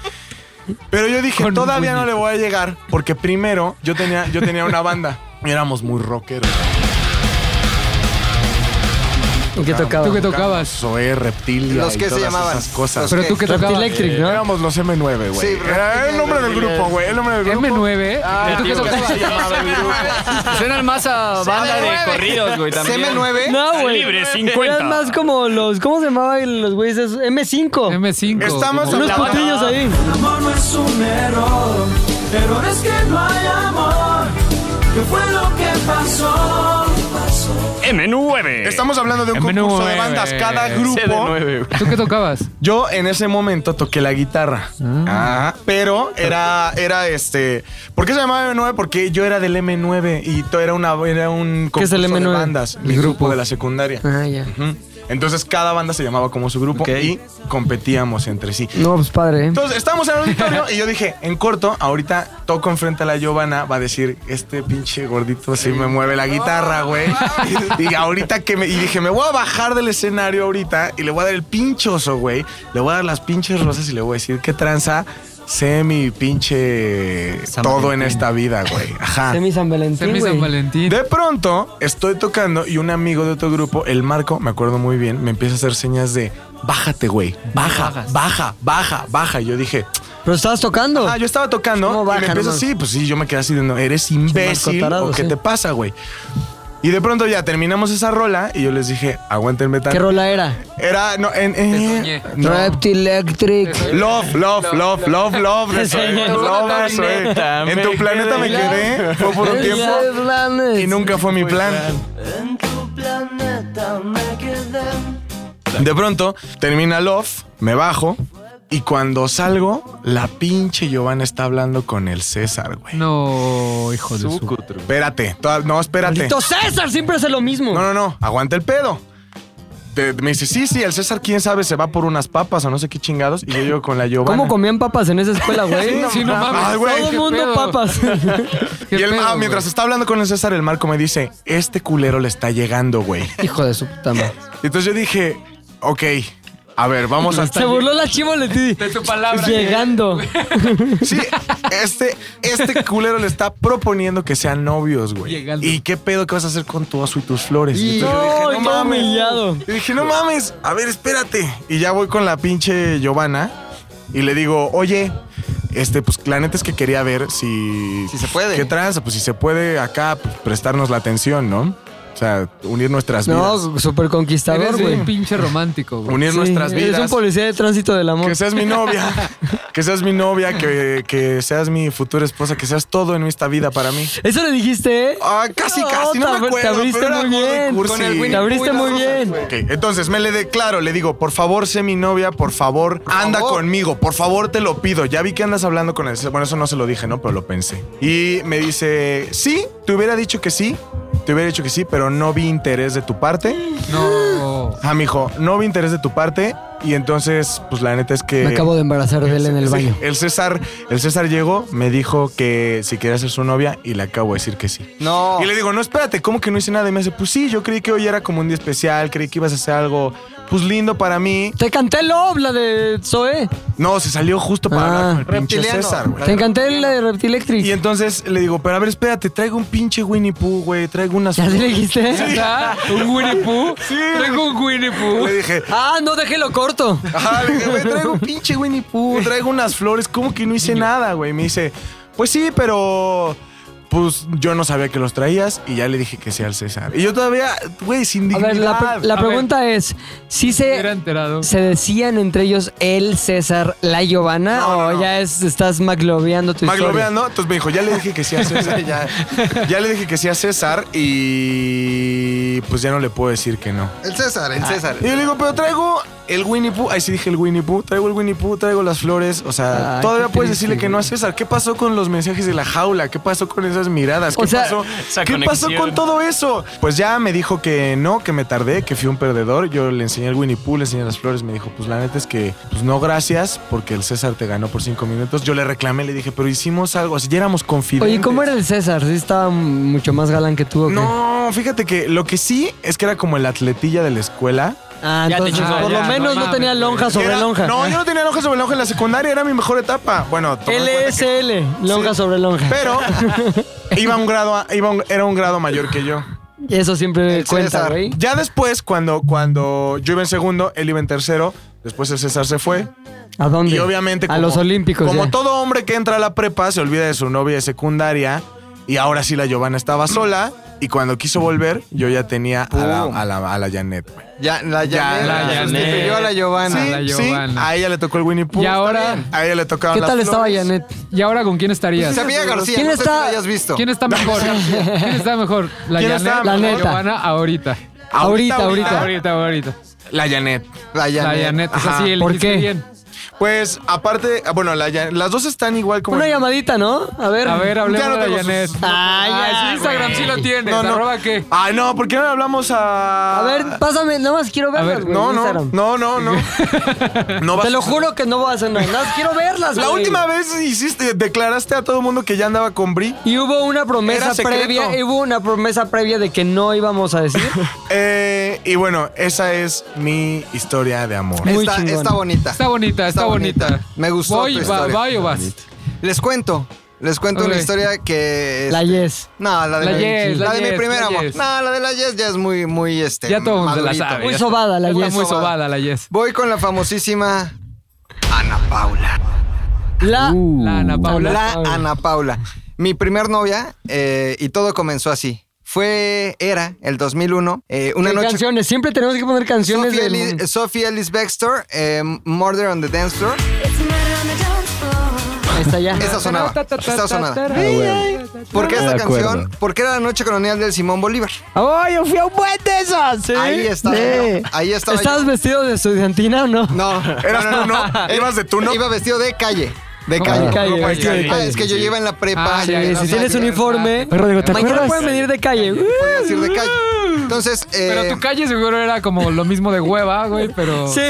S5: Pero yo dije,
S9: Con un
S5: todavía no
S9: Winnie
S5: le voy a llegar porque primero yo tenía, yo tenía una banda y éramos muy rockeros.
S2: ¿Y qué tocaba?
S9: ¿Tú qué tocabas?
S5: Soy reptilia.
S7: Los
S5: y
S7: que se
S5: todas
S7: llamaban.
S5: esas cosas.
S9: Pero tú qué
S2: Reptil
S9: tocabas.
S2: Electric, ¿no?
S5: Éramos los M9, güey.
S7: Sí,
S5: Era el nombre del
S7: reptiles.
S5: grupo, güey. El nombre del grupo.
S9: M9. ¿eh?
S2: Ah,
S9: ¿Tú qué
S5: digo que se
S9: tocabas?
S5: llamaba el grupo.
S12: Suenan más a banda de corridos, güey, también.
S7: CM9.
S2: No, güey. Eran más como los. ¿Cómo se llamaban los güeyes? esos? M5.
S9: M5.
S5: Estamos
S9: como-
S5: en
S2: Unos
S5: la
S2: putillos ahí.
S10: amor no es un error, error es que no hay amor. ¿Qué fue lo que pasó?
S8: M9.
S5: Estamos hablando de un
S8: M9.
S5: concurso de bandas. Cada grupo.
S8: CD9,
S9: ¿Tú qué tocabas?
S5: Yo en ese momento toqué la guitarra.
S2: Ah.
S5: Ajá. Pero era, era este. ¿Por qué se llamaba M9? Porque yo era del M9 y todo era una era un
S2: ¿Qué es el
S5: concurso de
S2: M9?
S5: bandas. Mi grupo de la secundaria.
S2: Ah, ya.
S5: Ujú. Entonces cada banda se llamaba como su grupo
S8: Ok.
S5: y competíamos entre sí.
S2: No, pues padre, ¿eh?
S5: Entonces, estábamos en el auditorio y yo dije, en corto, ahorita toco enfrente a la Giovanna, va a decir, este pinche gordito sí me mueve la guitarra, güey. y ahorita que me... Y dije, me voy a bajar del escenario ahorita y le voy a dar el pinchoso, güey. Le voy a dar las pinches rosas y le voy a decir, qué tranza, sé mi pinche todo en esta vida, güey. Ajá.
S2: Semi San Valentín.
S9: Semi San
S2: güey.
S9: Valentín.
S5: De pronto estoy tocando y un amigo de otro grupo, el Marco, me acuerdo muy bien, me empieza a hacer señas de bájate, güey, baja, baja, baja, baja. Y yo dije,
S2: Pero estabas tocando.
S5: ah, yo estaba tocando
S2: ¿Cómo
S5: y
S2: baja,
S5: me empieza
S2: no?
S5: así, pues sí, yo me quedé así de no, eres imbécil,
S2: Marco tarado,
S5: ¿o qué
S2: sí.
S5: te pasa, güey? Y de pronto ya terminamos esa rola y yo les dije, aguántenme
S2: ¿Qué
S5: tanto.
S2: rola era?
S5: Era, no, en,
S9: soñé.
S5: eh, no.
S2: Reptil Electric.
S5: Love, love, love, love, love, de Zoé,
S2: soñé.
S5: love, de Zoé. En tu planeta me quedé, fue por un tiempo y nunca fue mi plan. De pronto, termina Love, me bajo. Y cuando salgo, la pinche Giovanna está hablando con el César, güey.
S9: No, hijo de su.
S5: Espérate, toda- no, espérate.
S2: Maldito César siempre hace lo mismo.
S5: No, no, no, aguanta el pedo. Te- me dice, sí, sí, el César, quién sabe, se va por unas papas o no sé qué chingados. Y yo llego con la Giovanna.
S2: ¿Cómo comían papas en esa escuela, güey?
S9: Sí, no mames.
S5: Ay, güey,
S2: Todo
S9: qué
S2: el mundo
S9: pedo.
S2: papas.
S5: Y el, ah, mientras está hablando con el César, el Marco me dice, este culero le está llegando, güey.
S2: Hijo de su puta madre.
S5: Entonces yo dije, ok, a ver, vamos a...
S2: Se burló la chivoletí. De tu palabra. Llegando.
S5: Sí, este, este culero le está proponiendo que sean novios, güey.
S9: Llegando.
S5: ¿Y qué pedo que vas a hacer con tu oso y tus flores?
S2: Y-
S5: Entonces yo
S2: No, qué humillado.
S5: Y dije, no mames, a ver, espérate. Y ya voy con la pinche Giovanna y le digo, oye, este, pues la neta es que quería ver si...
S7: Si se puede.
S5: ¿Qué tranza? Pues si se puede acá pues, prestarnos la atención, ¿no? O sea, unir nuestras vidas.
S2: No, súper conquistador,
S9: Eres
S2: güey.
S9: un pinche romántico, güey.
S5: Unir
S2: Sí,
S5: nuestras
S2: Eres un
S5: vidas.
S2: policía de tránsito del amor.
S5: Que seas mi novia, que seas mi novia, que, que seas mi futura esposa, que seas todo en esta vida para mí.
S2: Eso le dijiste, ¿eh?
S5: Ah, casi,
S2: No,
S5: casi,
S2: te
S5: no, me
S2: abri- te
S5: acuerdo.
S2: abriste
S5: pero era
S2: muy
S5: gordo y
S2: bien.
S5: cursi.
S2: Con el Winnie Te abriste Pooh y muy las bien. cosas,
S5: Ok, entonces me le declaro, le digo, por favor, sé mi novia, por favor, anda conmigo, por favor, te lo pido. Ya vi que andas hablando con él. Bueno, eso no se lo dije, ¿no? Pero lo pensé. Y me dice, sí, te hubiera dicho que sí, te hubiera dicho que sí, pero no vi interés de tu parte.
S9: No.
S5: Ah, mijo, no vi interés de tu parte. Y entonces, pues la neta es que.
S2: Me acabo de embarazar de él en el
S5: Sí,
S2: baño.
S5: el César, el César llegó, me dijo que si quería ser su novia y le acabo de decir que sí.
S7: No.
S5: Y le digo, no, espérate, ¿cómo que no hice nada? Y me dice, pues sí, yo creí que hoy era como un día especial, creí que ibas a hacer algo, pues lindo para mí.
S2: Te canté el obla de Zoe.
S5: No, se salió justo para
S2: Ah.
S5: hablar con el pinche
S7: Reptiliano.
S5: César, güey.
S2: Te encanté el de Reptilectric.
S5: Y entonces le digo, pero a ver, espérate, traigo un pinche Winnie Pooh, güey, traigo unas...
S2: ¿Ya sí le dijiste?
S9: ¿Está? ¿Un Winnie Pooh? Sí. Traigo un Winnie Pooh.
S5: Le dije,
S2: Ah, no, déjelo corto.
S5: Ajá, le dije, güey, traigo un pinche Winnie Pooh, traigo unas flores, ¿cómo que no hice nada, güey? Me dice, pues sí, pero pues yo no sabía que los traías y ya le dije que sea al César. Y yo todavía, güey, sin
S2: A
S5: dignidad.
S2: ver, la, pre- la
S9: A ver.
S2: pregunta es, ¿sí
S9: Me hubiera
S2: se,
S9: enterado.
S2: se decían entre ellos el César, la Giovanna
S5: No, no,
S2: o
S5: no.
S2: ya es, estás maglobeando tu
S5: Maglovea,
S2: historia?
S5: ¿no? Entonces me dijo, ya le dije que sí a César, ya, ya le dije que sí a César y pues ya no le puedo decir que no.
S7: El César, el César.
S5: Y yo le digo, pero traigo el Winnie Pooh, ahí sí dije el Winnie Pooh, traigo el Winnie Pooh, traigo las flores, o sea,
S2: Ay,
S5: todavía
S2: qué
S5: puedes
S2: triste,
S5: decirle que no a
S2: güey.
S5: César. ¿Qué pasó con los mensajes de la jaula? ¿Qué pasó con esas miradas?
S2: O
S5: ¿Qué,
S2: sea,
S5: pasó?
S8: esa
S5: ¿Qué pasó
S8: conexión.
S5: con todo eso? Pues ya me dijo que no, que me tardé, que fui un perdedor. Yo le enseñé el Winnie Pooh, le enseñé las flores, me dijo, pues la neta es que, pues no, gracias, porque el César te ganó por cinco minutos. Yo le reclamé, le dije, pero hicimos algo, así ya éramos confidentes.
S2: Oye, ¿cómo era el César? ¿Sí estaba mucho más galán que tú o qué?
S5: No, fíjate que lo que sí es que era como el atletilla de la escuela.
S2: Ah,
S12: Ya te
S2: entonces
S12: chingó.
S2: por
S9: Ah,
S2: lo
S9: ya,
S2: menos
S9: no
S2: no,
S9: mames,
S2: tenía
S9: güey.
S2: lonja sobre
S5: Era-
S2: lonja.
S5: No, yo no tenía lonja sobre lonja en la secundaria, era mi mejor etapa. Bueno, tomando en cuenta que-
S2: LSL, lonja
S5: Sí.
S2: sobre lonja.
S5: pero iba un grado, a- iba un- era un grado mayor que yo.
S2: Y Eso siempre
S7: El
S2: cuenta,
S7: César.
S2: güey.
S5: Ya después, cuando, cuando yo iba en segundo, él iba en tercero. Después el César se fue.
S2: ¿A dónde?
S5: Y obviamente.
S2: A los Olímpicos.
S5: Como
S2: ya.
S5: todo hombre que entra a la prepa, se olvida de su novia de secundaria. Y ahora sí, la Giovanna estaba sola. Y cuando quiso volver, yo ya tenía a la,
S7: Pum.
S5: a la- a la Janet, güey.
S7: Ya, la Janet.
S9: la
S7: la
S9: Janet.
S7: sustituyó a la Giovanna.
S9: Sí. la Giovanna.
S5: a ella le tocó el Winnie Pooh.
S9: Y
S5: está
S9: ahora-
S5: bien. A ella le tocaron
S2: ¿Qué
S5: las
S2: tal estaba
S5: flores.
S2: Janet?
S9: ¿Y ahora con quién
S5: Pues,
S9: estarías?
S7: Sabía García,
S2: ¿Quién
S7: no sé si
S2: está-
S7: la hayas visto.
S9: ¿Quién está mejor? ¿Quién está mejor? ¿La
S5: ¿Quién
S9: Janet?
S5: está
S9: o
S2: mejor?
S9: Giovanna ahorita.
S2: Ahorita, ahorita.
S9: Ahorita, ahorita.
S5: La Janet.
S7: La
S9: La
S7: Janet.
S9: Janet. O sea,
S5: Ajá.
S9: sí,
S2: ¿Por
S9: elegiste
S2: qué?
S9: bien.
S5: Pues aparte, ah, bueno, la Jan- las dos están igual como.
S2: Una llamadita, ¿no? A ver.
S9: A ver, hablemos
S5: Ya no
S9: de
S5: tengo
S9: la Janet.
S5: sus-
S2: Ah,
S9: Ah,
S2: ya,
S9: su Instagram
S2: güey.
S9: sí lo tienes.
S5: No, no.
S9: ¿Arroba qué?
S5: Ah, no, ¿por qué no le hablamos a.
S2: A ver, pásame, nada más quiero verlas,
S9: ver,
S2: güey.
S5: No,
S2: en
S5: no,
S2: Instagram.
S5: no, no, no. No vas-
S2: Te lo juro que no voy a hacer nada. Nada más quiero verlas,
S5: La
S2: güey.
S5: última vez hiciste, declaraste a todo el mundo que ya andaba con Bri.
S2: Y hubo una promesa
S5: Era secreto.
S2: previa, y hubo una promesa previa de que no íbamos a decir.
S5: Eh, y bueno, esa es mi historia de amor.
S2: Muy
S7: Está,
S2: chingón.
S7: está bonita.
S9: Está bonita, está,
S7: Está
S9: bonita.
S7: bonita. Me gustó
S9: Voy,
S7: tu
S9: va,
S7: historia.
S9: ¿Voy o vas?
S7: Les cuento. Les cuento
S9: Ok.
S7: una historia que.
S2: La Yes.
S7: No, la de
S9: La
S7: la,
S9: Yes, la
S7: la de mi
S9: Yes,
S7: primer
S9: la
S7: amor.
S9: Yes.
S7: No, la de la Yes ya es muy, muy este.
S9: Ya todo el mundo la
S7: madurito.
S9: sabe.
S2: Muy sobada la
S9: Está
S2: Yes.
S9: muy
S7: sobada.
S9: sobada la Yes.
S7: Voy con la famosísima Ana Paula.
S2: La.
S9: La Ana Paula.
S7: La
S2: Paula.
S7: Ana Paula. Mi primer novia, eh, y todo comenzó así. Fue, era, el 2001, eh, una
S2: ¿Qué
S7: noche.
S2: canciones. Siempre tenemos que poner canciones
S7: Sophie
S2: del
S7: Ellis, em,
S2: momento.
S7: Sophie Ellis Bextor, eh, Murder on the Dance Floor.
S2: Está ya.
S7: Esa sonaba. Esta sonaba. ¿Por qué esta
S2: De acuerdo.
S7: canción? Porque era la noche colonial del Simón Bolívar.
S2: ¡Oh, yo fui a un buen de esos! ¿sí?
S7: Ahí estaba
S2: Sí.
S7: yo, ahí estaba
S2: ¿Estabas vestido de estudiantina o no?
S7: No.
S5: ¿Eras tú, no? ¿Ibas de tú, no?
S7: Iba vestido de calle. De
S2: Ah,
S7: calle.
S2: de calle,
S7: Ropa
S2: vestido de
S7: Ah,
S2: calle,
S7: es que yo
S2: sí.
S7: lleva en la prepa.
S2: Sí,
S7: yo no
S2: si tienes
S7: sabía.
S2: uniforme,
S9: Rodrigo, ¿te
S2: mañana
S9: acuerdas?
S2: pueden venir de calle. Uh,
S7: Podías ir de calle. Entonces, eh,
S9: Pero tu calle seguro era como lo mismo de hueva, güey, pero...
S2: Sí.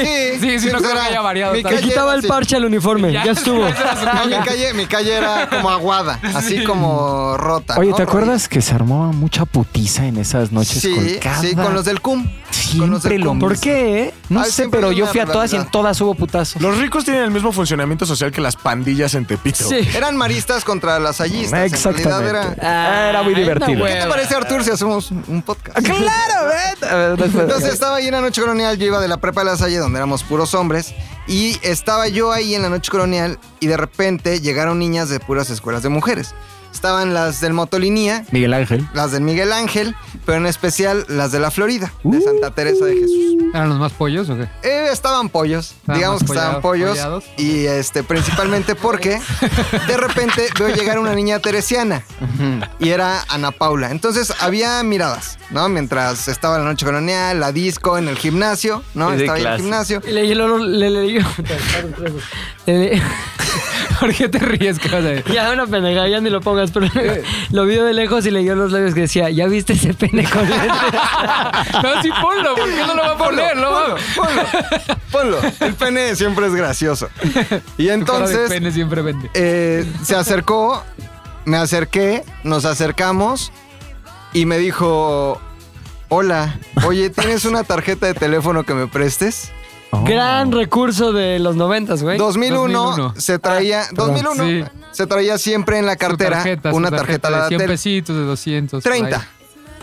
S9: Sí, sí, no
S7: pues
S9: creo que
S7: era-
S9: haya variado.
S7: mi
S9: tanto.
S2: Le
S7: calle
S2: quitaba el
S7: era así.
S2: parche al uniforme. Ya,
S9: Ya,
S2: estuvo.
S9: esa es
S7: No, mi calle, mi calle era como aguada, así como rota.
S3: Oye,
S7: ¿no?
S3: ¿te acuerdas que se armaba mucha putiza en esas noches
S7: Sí,
S3: con cada...
S7: sí, con los del CUM. con los
S3: Siempre
S7: del
S3: lo
S7: cum.
S3: mismo. eh?
S2: ¿Por qué?
S3: No
S7: Ay,
S3: sé,
S7: siempre
S3: pero
S7: hay
S3: yo
S7: una
S3: fui a todas y en
S7: rivalidad.
S3: todas hubo putazos.
S5: Los ricos tienen el mismo funcionamiento social que las pandillas en Tepito.
S2: Sí.
S7: Eran maristas contra las allistas. en realidad
S3: Exactamente.
S7: era-
S3: Ah, era muy
S9: Ay, no,
S3: divertido.
S9: güey.
S7: ¿Qué te parece, Artur, si hacemos un podcast?
S3: ¡Claro, güey! A ver, después-
S7: Entonces estaba ahí en la noche colonial, yo iba de la prepa de la Salle, donde éramos puros hombres, y estaba yo ahí en la noche colonial y de repente llegaron niñas de puras escuelas de mujeres. Estaban las del Motolinía,
S3: Miguel Ángel.
S7: las del Miguel Ángel, pero en especial las de la Florida, de Santa Teresa de Jesús.
S9: ¿Eran los más pollos o qué?
S7: Eh, estaban pollos,
S9: Estaban
S7: digamos
S9: más
S7: que estaban
S9: pollados,
S7: pollos,
S9: pollados.
S7: y este principalmente porque de repente veo llegar una niña teresiana y era Ana Paula. Entonces había miradas, ¿no? Mientras estaba la noche colonial, la disco, en el gimnasio, ¿no?
S3: Sí, de
S7: Estaba en el
S3: clase.
S7: gimnasio.
S2: Y Le le- le- le- le- le- le-
S9: ¿Por qué te ríes, cosa?
S2: Ya una pendeja, ya ni lo pongas, pero lo vio de lejos y leyó los labios que decía, ¿ya viste ese pene con lentes?"
S9: No, sí, ponlo, ¿por qué no lo va a poner? No, mames.
S7: Ponlo, ponlo. El pene siempre es gracioso. Y
S9: Tu cara de
S7: entonces
S9: pene siempre vende.
S7: eh, se acercó, me acerqué, nos acercamos y me dijo, hola, oye, ¿tienes una tarjeta de teléfono que me prestes?
S2: Oh. Gran recurso de los noventas, güey.
S7: 2001,
S9: 2001.
S7: se traía, 2001
S9: Ah, Sí.
S7: se traía siempre en la
S9: Su
S7: cartera
S9: tarjeta, su
S7: una tarjeta,
S9: de 100
S7: la de
S9: pesitos, de 200. por ahí.
S7: 30.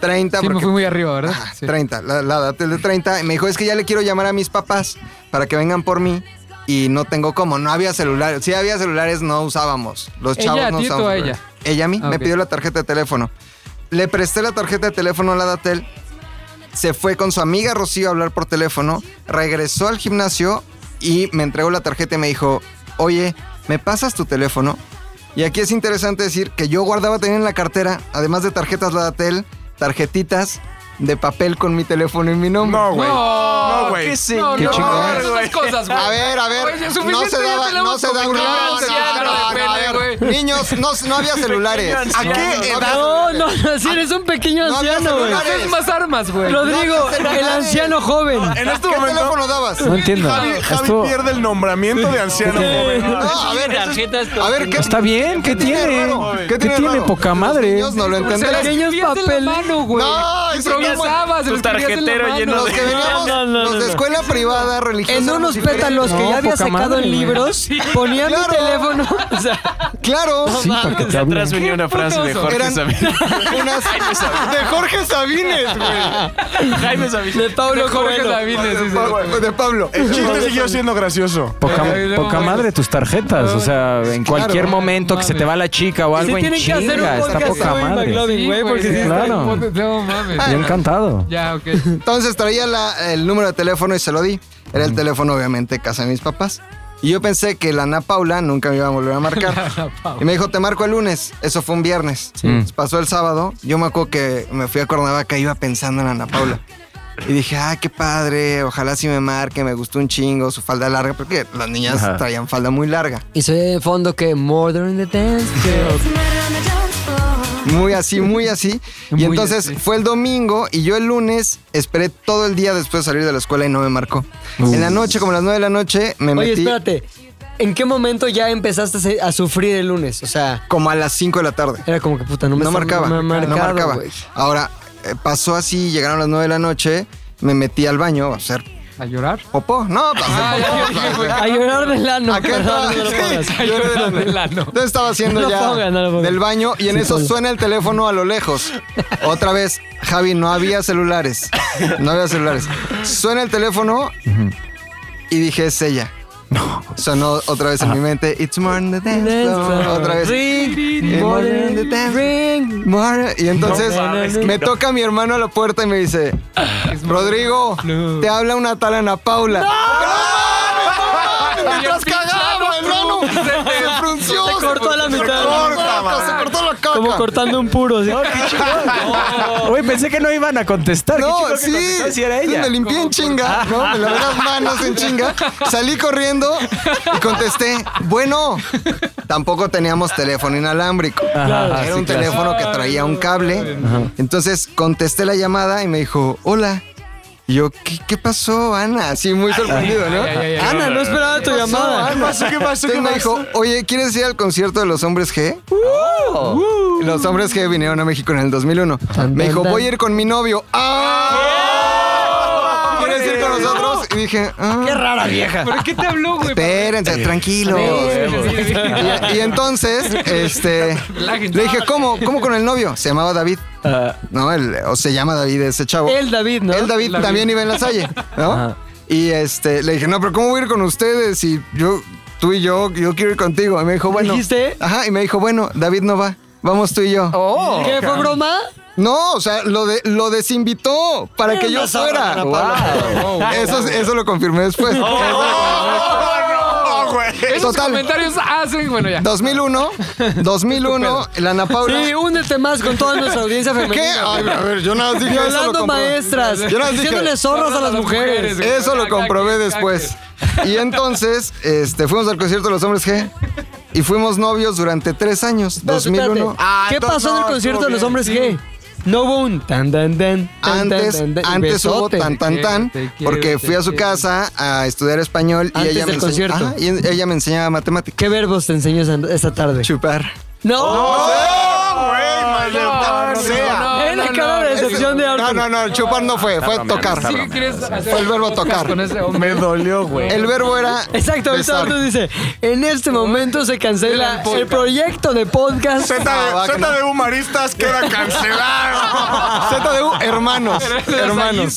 S7: 30
S9: Sí, me
S7: porque-
S9: fui muy arriba, ¿verdad?
S7: Ajá,
S9: Sí.
S7: 30, la, la Datel de 30. Y me dijo, es que ya le quiero llamar a mis papás para que vengan por mí. Y no tengo cómo, no había celular. Si había celulares, no usábamos. Los
S9: ¿Ella
S7: chavos
S9: a
S7: no
S9: ti o tú
S7: usábamos.
S9: a
S7: celulares. Ella a mí,
S9: Ah,
S7: me
S9: ok.
S7: pidió la tarjeta de teléfono. Le presté la tarjeta de teléfono a la Datel. Se fue con su amiga Rocío a hablar por teléfono. Regresó al gimnasio y me entregó la tarjeta y me dijo, oye, ¿me pasas tu teléfono? Y aquí es interesante decir que yo guardaba también en la cartera, además de tarjetas Ladatel, tarjetitas de papel con mi teléfono y mi nombre.
S5: No, güey.
S9: No,
S5: No, güey.
S9: qué
S5: sí.
S9: No,
S3: Qué
S9: no,
S3: chingón.
S9: no, esas cosas, güey.
S7: A ver, a ver,
S9: Oye,
S7: no
S9: suficiente,
S7: se
S9: ya
S7: daba,
S9: te la
S7: no
S9: hemos
S7: se daba, no,
S9: burlado,
S7: no,
S9: anciano
S7: no,
S9: de
S7: no, a
S9: pene,
S7: ver,
S9: güey.
S7: niños, no, no había celulares.
S5: ¿A qué
S7: No había
S5: edad?
S2: No, no, si eres un pequeño
S7: No había
S2: anciano, güey.
S7: celulares.
S9: Tienes más armas, güey.
S2: Rodrigo,
S7: había celulares.
S2: el
S9: eh.
S2: anciano joven.
S5: En este
S7: ¿Qué
S5: momento,
S7: teléfono dabas?
S3: No entiendo.
S5: Javi, Javi
S3: Esto-
S5: pierde el nombramiento de anciano joven.
S7: No, a ver, eso es- a ver, ¿qué
S3: Está bien, ¿qué tiene?
S7: raro?
S3: ¿Qué tiene?
S7: raro?
S3: Poca
S7: Los
S3: madre.
S7: niños no lo entenderán.
S2: Pequeños
S9: Pies de la
S2: papeles.
S9: mano, güey.
S7: No, eso no,
S9: Improvisabas,
S8: Tu
S9: los querías en la
S8: tarjetero
S9: mano.
S8: lleno
S7: Los que
S2: No,
S7: veníamos,
S2: no, no,
S7: los de
S2: no.
S7: escuela privada, religiosa.
S2: En unos
S7: diferente.
S2: pétalos que
S3: No,
S2: ya había
S3: poca
S2: sacado
S3: madre,
S2: en
S3: güey.
S2: libros, ponía
S7: Claro.
S2: mi teléfono. O sea,
S7: Claro.
S3: Sí,
S2: Ah,
S3: para que te
S8: De atrás
S3: hablen.
S8: venía una frase de Jorge
S7: Eran
S8: Sabina.
S7: unas de Jorge Sabines, güey.
S8: Jaime Sabina.
S2: de Pablo
S9: Jorge
S2: Coelho.
S9: Sabines, sí, sí.
S7: Pa- De Pablo.
S5: El chiste siguió siendo gracioso.
S3: Poca,
S9: Ay, no,
S3: poca
S9: mames.
S3: madre tus tarjetas, o sea, en cualquier momento que se te va la chica o
S2: Sí
S3: algo en
S2: tienen que hacer un
S3: chinga, está
S2: podcast
S3: poca
S2: tú y
S3: madre.
S2: McLovin, güey, porque sí.
S3: claro.
S9: No mames.
S3: Yo encantado.
S9: Ya, ok.
S7: Entonces traía la- el número de teléfono y se lo di. Era el teléfono, obviamente, casa de mis papás. Y yo pensé que la Ana Paula nunca me iba a volver a marcar. y me dijo, te marco el lunes. Eso fue un viernes. Pues, Pasó el sábado. Yo me acuerdo que me fui a Cuernavaca iba pensando en Ana Paula. Y dije, ah, qué padre, ojalá sí me marque, me gustó un chingo, su falda larga, porque las niñas
S3: Ajá.
S7: traían falda muy larga.
S2: Y soy de fondo que Murder in the Dance Club.
S7: Muy así, muy así. Y
S9: Muy
S7: entonces
S9: así.
S7: fue el domingo y yo el lunes esperé todo el día después de salir de la escuela y no me marcó. En la noche, como a las 9 de la noche, me
S2: Oye,
S7: metí
S2: espérate. ¿En qué momento ya empezaste a se- a sufrir el lunes? O sea,
S7: como a las 5 de la tarde.
S2: era como que puta, no me
S7: No
S2: está-
S7: marcaba.
S2: me ha marcado,
S7: no marcaba.
S2: güey.
S7: Ahora, eh, pasó así, llegaron las 9 de la noche, me metí al baño a hacer
S9: ¿A llorar?
S8: Ah.
S7: popó. No, para hacer
S9: Ah, ya,
S7: popó,
S9: ya, ya,
S7: para-
S9: ya.
S2: A llorar de lano,
S7: ¿A qué
S2: perdón,
S7: no?
S2: no lo
S7: Sí.
S2: pongas.
S9: A llorar del ano.
S7: Entonces estaba haciendo
S2: No lo
S7: ya
S2: pongas, no lo pongas.
S7: del baño y en eso suena el teléfono a lo lejos. Otra vez, Javi, no había celulares. No había celulares. Suena el teléfono y dije, es ella. Sonó otra vez en mi mente. It's more than the dance floor". Otra vez.
S2: Ring,
S7: Eh,
S2: modern,
S7: modern dance.
S2: ring.
S7: More- Y entonces
S8: No mames,
S7: me
S8: no.
S7: toca mi hermano a la puerta y me dice, Rodrigo,
S9: No.
S7: te habla una tal Ana Paula.
S9: Mientras
S7: cagaba, hermano.
S9: Se
S7: Se frunció, se Ah.
S2: como cortando un puro. así.
S6: Güey, pensé que no iban a contestar.
S7: No,
S6: Qué chido que
S7: sí.
S6: contestó si era ella.
S7: Me limpié en chinga, ¿no? Me lavé las manos en chinga. Salí corriendo y contesté, bueno, tampoco teníamos teléfono inalámbrico.
S6: Claro.
S7: Era
S6: Ah,
S7: un
S6: sí, claro.
S7: teléfono que traía un cable. Entonces contesté la llamada y me dijo, hola. Y yo, ¿qué, qué pasó, Ana? Así muy sorprendido, ¿no?
S9: Ay, ay, ay,
S2: Ana, no esperaba tu
S7: ¿Qué pasó,
S2: llamada.
S7: Ana? Entonces me dijo, oye, ¿quieres ir al concierto de los hombres G? Oh. Los hombres G vinieron a México en el 2001.
S2: Tan,
S7: Me
S2: tan,
S7: dijo,
S2: tan.
S7: voy a ir con mi novio. ¡Ah! ¿Quieres ir con nosotros? Y dije, ah,
S2: Qué rara vieja.
S9: ¿Por qué te habló, güey?
S7: espérense, tranquilo. Y, y entonces, este, le dije, ¿cómo? ¿Cómo con el novio? Se llamaba David. No, el- o se llama David ese chavo.
S2: El David, ¿no?
S7: Él, Oh. David, también iba en la salle, ¿no? Y este, le dije, no, pero ¿cómo voy a ir con ustedes? Y yo, tú y yo, yo quiero ir contigo. Y me dijo, bueno.
S2: ¿Dijiste? Oh.
S7: Ajá, y me dijo, bueno, David no va. Vamos tú y yo.
S2: ¿Qué fue broma?
S7: No, o sea, lo, de, lo desinvitó para que yo fuera. Eso, es- eso lo confirmé después. Eh,
S5: ¡Oh, no, güey!
S9: Esos
S7: Total.
S9: comentarios hacen, bueno, ya.
S7: 2001, 2001, la Ana Paula.
S2: Sí, únete más con toda nuestra audiencia
S7: ¿Qué?
S2: femenina.
S7: Ay, a ver, yo nada más dije eso. Lo
S2: Violando
S7: comprobé.
S2: maestras,
S7: Yo nada más dije-
S2: diciéndole zorras a las mujeres.
S9: güey.
S7: Eso lo
S9: Cada
S7: comprobé
S9: quien, cada
S7: después.
S9: quien.
S7: Y entonces, este, fuimos al concierto de los hombres G y fuimos novios durante tres años,
S2: Espérate,
S7: 2001.
S2: espérate.
S5: Ah,
S2: ¿Qué
S5: entonces
S2: pasó en el
S5: no,
S2: concierto de
S5: estuvo
S2: los
S5: bien,
S2: hombres
S5: sí.
S2: G? No hubo un tan tan tan. tan,
S7: Antes,
S2: tan, tan, tan, y
S7: antes hubo
S2: besote.
S7: tan tan tan, porque fui a su casa a estudiar español y
S2: Antes
S7: ella, me
S2: del
S7: enseñ-
S2: concierto.
S7: Ajá, y ella me enseñaba matemáticas.
S2: ¿Qué verbos te enseñó esa- esta tarde?
S7: Chupar.
S2: No.
S5: ¡Oh, güey! ¡Maldita
S9: no,
S5: sea!
S9: no,
S2: Era la cara de decepción de
S7: No,
S2: Arthur.
S7: no, no, chupar no
S2: Ah,
S7: fue, fue
S6: bromeando,
S7: tocar.
S6: está bromeando.
S9: ¿Qué quieres hacer?
S7: Fue el verbo tocar.
S9: Con ese hombre.
S5: dolió, güey.
S7: El verbo era.
S2: Exacto, ahorita
S7: besar. Oh,
S2: Arthur dice, en este momento se cancela el proyecto de podcast.
S7: Ah, va
S5: Z
S7: que
S5: de, de humoristas queda cancelado.
S7: ZDU, hermanos. hermanos.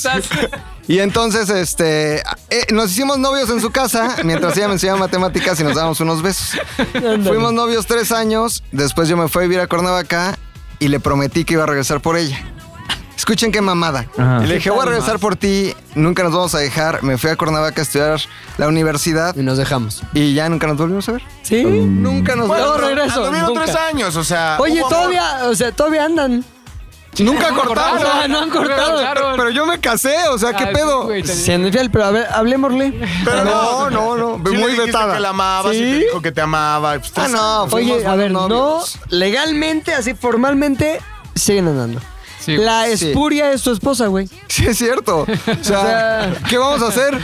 S7: Y entonces, este, eh, nos hicimos novios en su casa mientras ella me enseñaba matemáticas y nos dábamos unos besos.
S2: Ándale.
S7: Fuimos novios tres años, después yo me fui a vivir a Cuernavaca y le prometí que iba a regresar por ella. Escuchen qué mamada.
S3: Ajá.
S7: Y le dije, voy a regresar por ti, nunca nos vamos a dejar. Me fui a Cuernavaca a estudiar la universidad
S2: Y nos dejamos.
S7: y ya nunca nos volvimos a ver.
S2: ¿Sí?
S7: Nunca nos
S2: Bueno,
S7: volvimos a ver.
S2: regreso,
S5: Anduvieron
S2: nunca.
S5: tres años, o sea.
S7: oh,
S2: Oye,
S5: hubo amor.
S2: todavía, o sea, todavía andan.
S7: Nunca
S2: O
S7: cortaron.
S2: sea, no han cortado.
S9: Claro.
S7: Pero yo me casé, o sea, ¿qué
S9: Ah, sí,
S7: pedo?
S9: güey, también.
S2: Se han fiel, pero a ver, hablemosle.
S5: Pero
S7: No, no, no.
S5: Sí le
S7: Muy
S5: dijiste
S7: vetada.
S5: que la amabas y te
S2: ¿Sí?
S5: dijo que te amaba. y pues,
S7: Ah,
S5: tres
S7: no, fuimos
S2: Oye, a
S7: buenos
S2: ver,
S7: novios.
S2: no, legalmente, así formalmente, siguen andando.
S9: Sí, güey.
S2: La
S7: Sí.
S2: espuria es tu esposa, güey.
S7: Sí, es cierto. O sea, ¿qué vamos a hacer?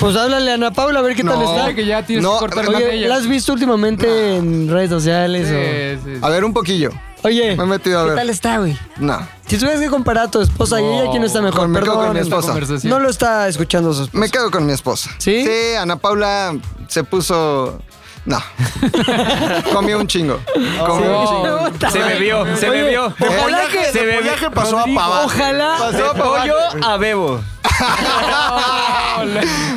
S2: Pues háblale a Ana Paula a ver qué tal
S7: No.
S2: está.
S9: que ya tienes
S7: No,
S9: que cortar con
S2: Oye,
S9: ella.
S2: ¿la has visto últimamente en redes sociales? o-
S9: Sí, sí, sí.
S7: A ver, un poquillo.
S2: Oye,
S7: Me he metido a
S2: ¿qué
S7: ver.
S2: tal está, güey?
S7: No.
S2: Si tuvieras que comparar a tu esposa y ella, ¿quién está mejor?
S7: me quedo con
S2: Perdón,
S7: mi esposa.
S9: Conversación.
S2: no lo está escuchando su esposa.
S7: Me quedo con mi esposa.
S2: ¿Sí?
S7: Sí, Ana Paula se puso. No. Comió un chingo. Comió un chingo.
S6: Se bebió, se
S2: Oye,
S6: bebió.
S2: Ojalá
S5: años.
S2: que...
S5: Se
S6: bebe-
S5: viaje pasó a pavar.
S2: Ojalá...
S6: De pollo a bebo.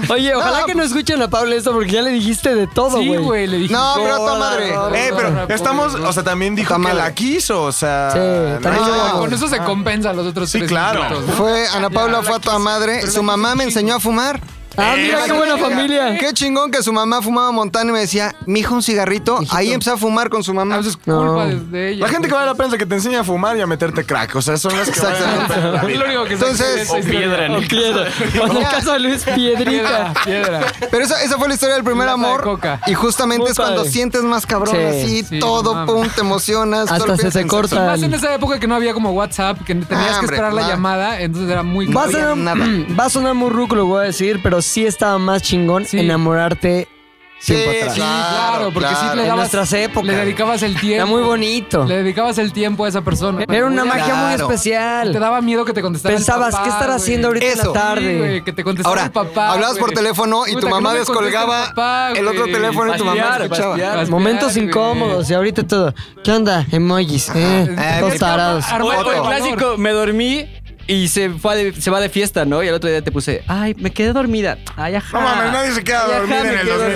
S2: Oye, ojalá
S7: pues
S2: que no escuchen a Paula esto porque ya le dijiste de todo,
S9: Sí,
S2: güey.
S9: güey, le dije.
S7: No, pero a tu madre.
S5: Eh, pero estamos, o sea, también dijo
S7: Puta
S5: que
S7: madre.
S5: la quiso, o sea.
S2: Sí,
S5: no,
S2: también yo-
S7: Ah, No.
S9: Con eso
S2: Ah.
S9: se compensa los otros
S5: Sí,
S9: tres
S5: claro.
S9: minutos, ¿no?
S7: Fue Ana Paula, fue a tu madre. Su mamá me enseñó a fumar.
S2: Ah,
S7: Eh,
S2: mira qué buena familia.
S7: Qué chingón que su mamá fumaba montana y me decía, mijo, un cigarrito. Ahí empecé a fumar con su
S9: Ah,
S7: mamá.
S9: pues es culpa
S2: No.
S9: de- de ella.
S5: La gente que vale la pena es la que te enseña a fumar y a meterte crack. O sea, son las que valen
S7: Exactamente.
S5: la pena.
S9: Es lo único que sé
S7: Entonces-
S9: que es esa
S7: O
S9: historia.
S2: O piedra. O en el caso de Luis, piedrita.
S9: Piedra, piedra.
S7: Pero esa, esa fue la historia del primer
S9: Lata de
S7: amor.
S9: coca.
S7: Y justamente
S2: Muy
S7: es cuando
S2: padre.
S7: sientes más cabrón
S2: Sí,
S7: así,
S9: sí,
S7: todo,
S9: mames.
S7: pum, te emocionas.
S2: Hasta
S7: todo
S2: se
S7: piensas
S2: te
S7: en
S2: corta.
S7: sexo.
S9: Más en esa época que no había como WhatsApp, que tenías
S7: Ah,
S9: que
S7: hombre,
S9: esperar la
S7: nada.
S9: llamada, entonces era muy
S2: Va a,
S7: había
S2: sonar,
S7: nada.
S2: va a sonar muy ruco, lo voy a decir, pero sí estaba más chingón
S9: Sí.
S2: enamorarte
S7: Sí,
S2: tiempo atrás.
S9: Sí, claro, porque sí le
S2: En
S9: dabas.
S2: nuestras épocas.
S9: Le dedicabas el tiempo.
S2: Era muy bonito.
S9: Le dedicabas el tiempo a esa persona.
S2: Era una
S9: Muy
S2: magia muy
S7: Claro.
S9: Te
S2: especial.
S9: daba miedo que te contestara el
S2: Pensabas,
S9: papá,
S2: ¿qué estará
S9: güey?
S2: haciendo ahorita en la
S7: Eso.
S9: Sí,
S2: tarde?
S9: güey, que te contestara
S7: Ahora,
S9: el papá.
S7: hablabas por
S9: güey.
S7: teléfono y
S9: Puta,
S7: tu
S9: que
S7: mamá
S9: no me contesta
S7: descolgaba
S9: el papá,
S7: el otro
S9: güey.
S7: teléfono y tu mamá
S6: Fastidiar,
S7: escuchaba.
S6: fastidiar.
S9: Vas
S2: Momentos
S9: peor, güey.
S2: incómodos y ahorita todo. ¿Qué onda? Emojis. Eh,
S7: Ah,
S2: todos
S7: es-
S2: tarados.
S9: Armó
S13: O el, o el
S9: otro.
S13: clásico, me dormí y se, fue de- se va de fiesta, ¿no? Y al otro día te puse, ay, me quedé dormida. Ay, ajá.
S5: No mames, nadie se queda
S13: Ay, ajá,
S5: dormido en
S13: me
S5: el
S13: quedé dormida.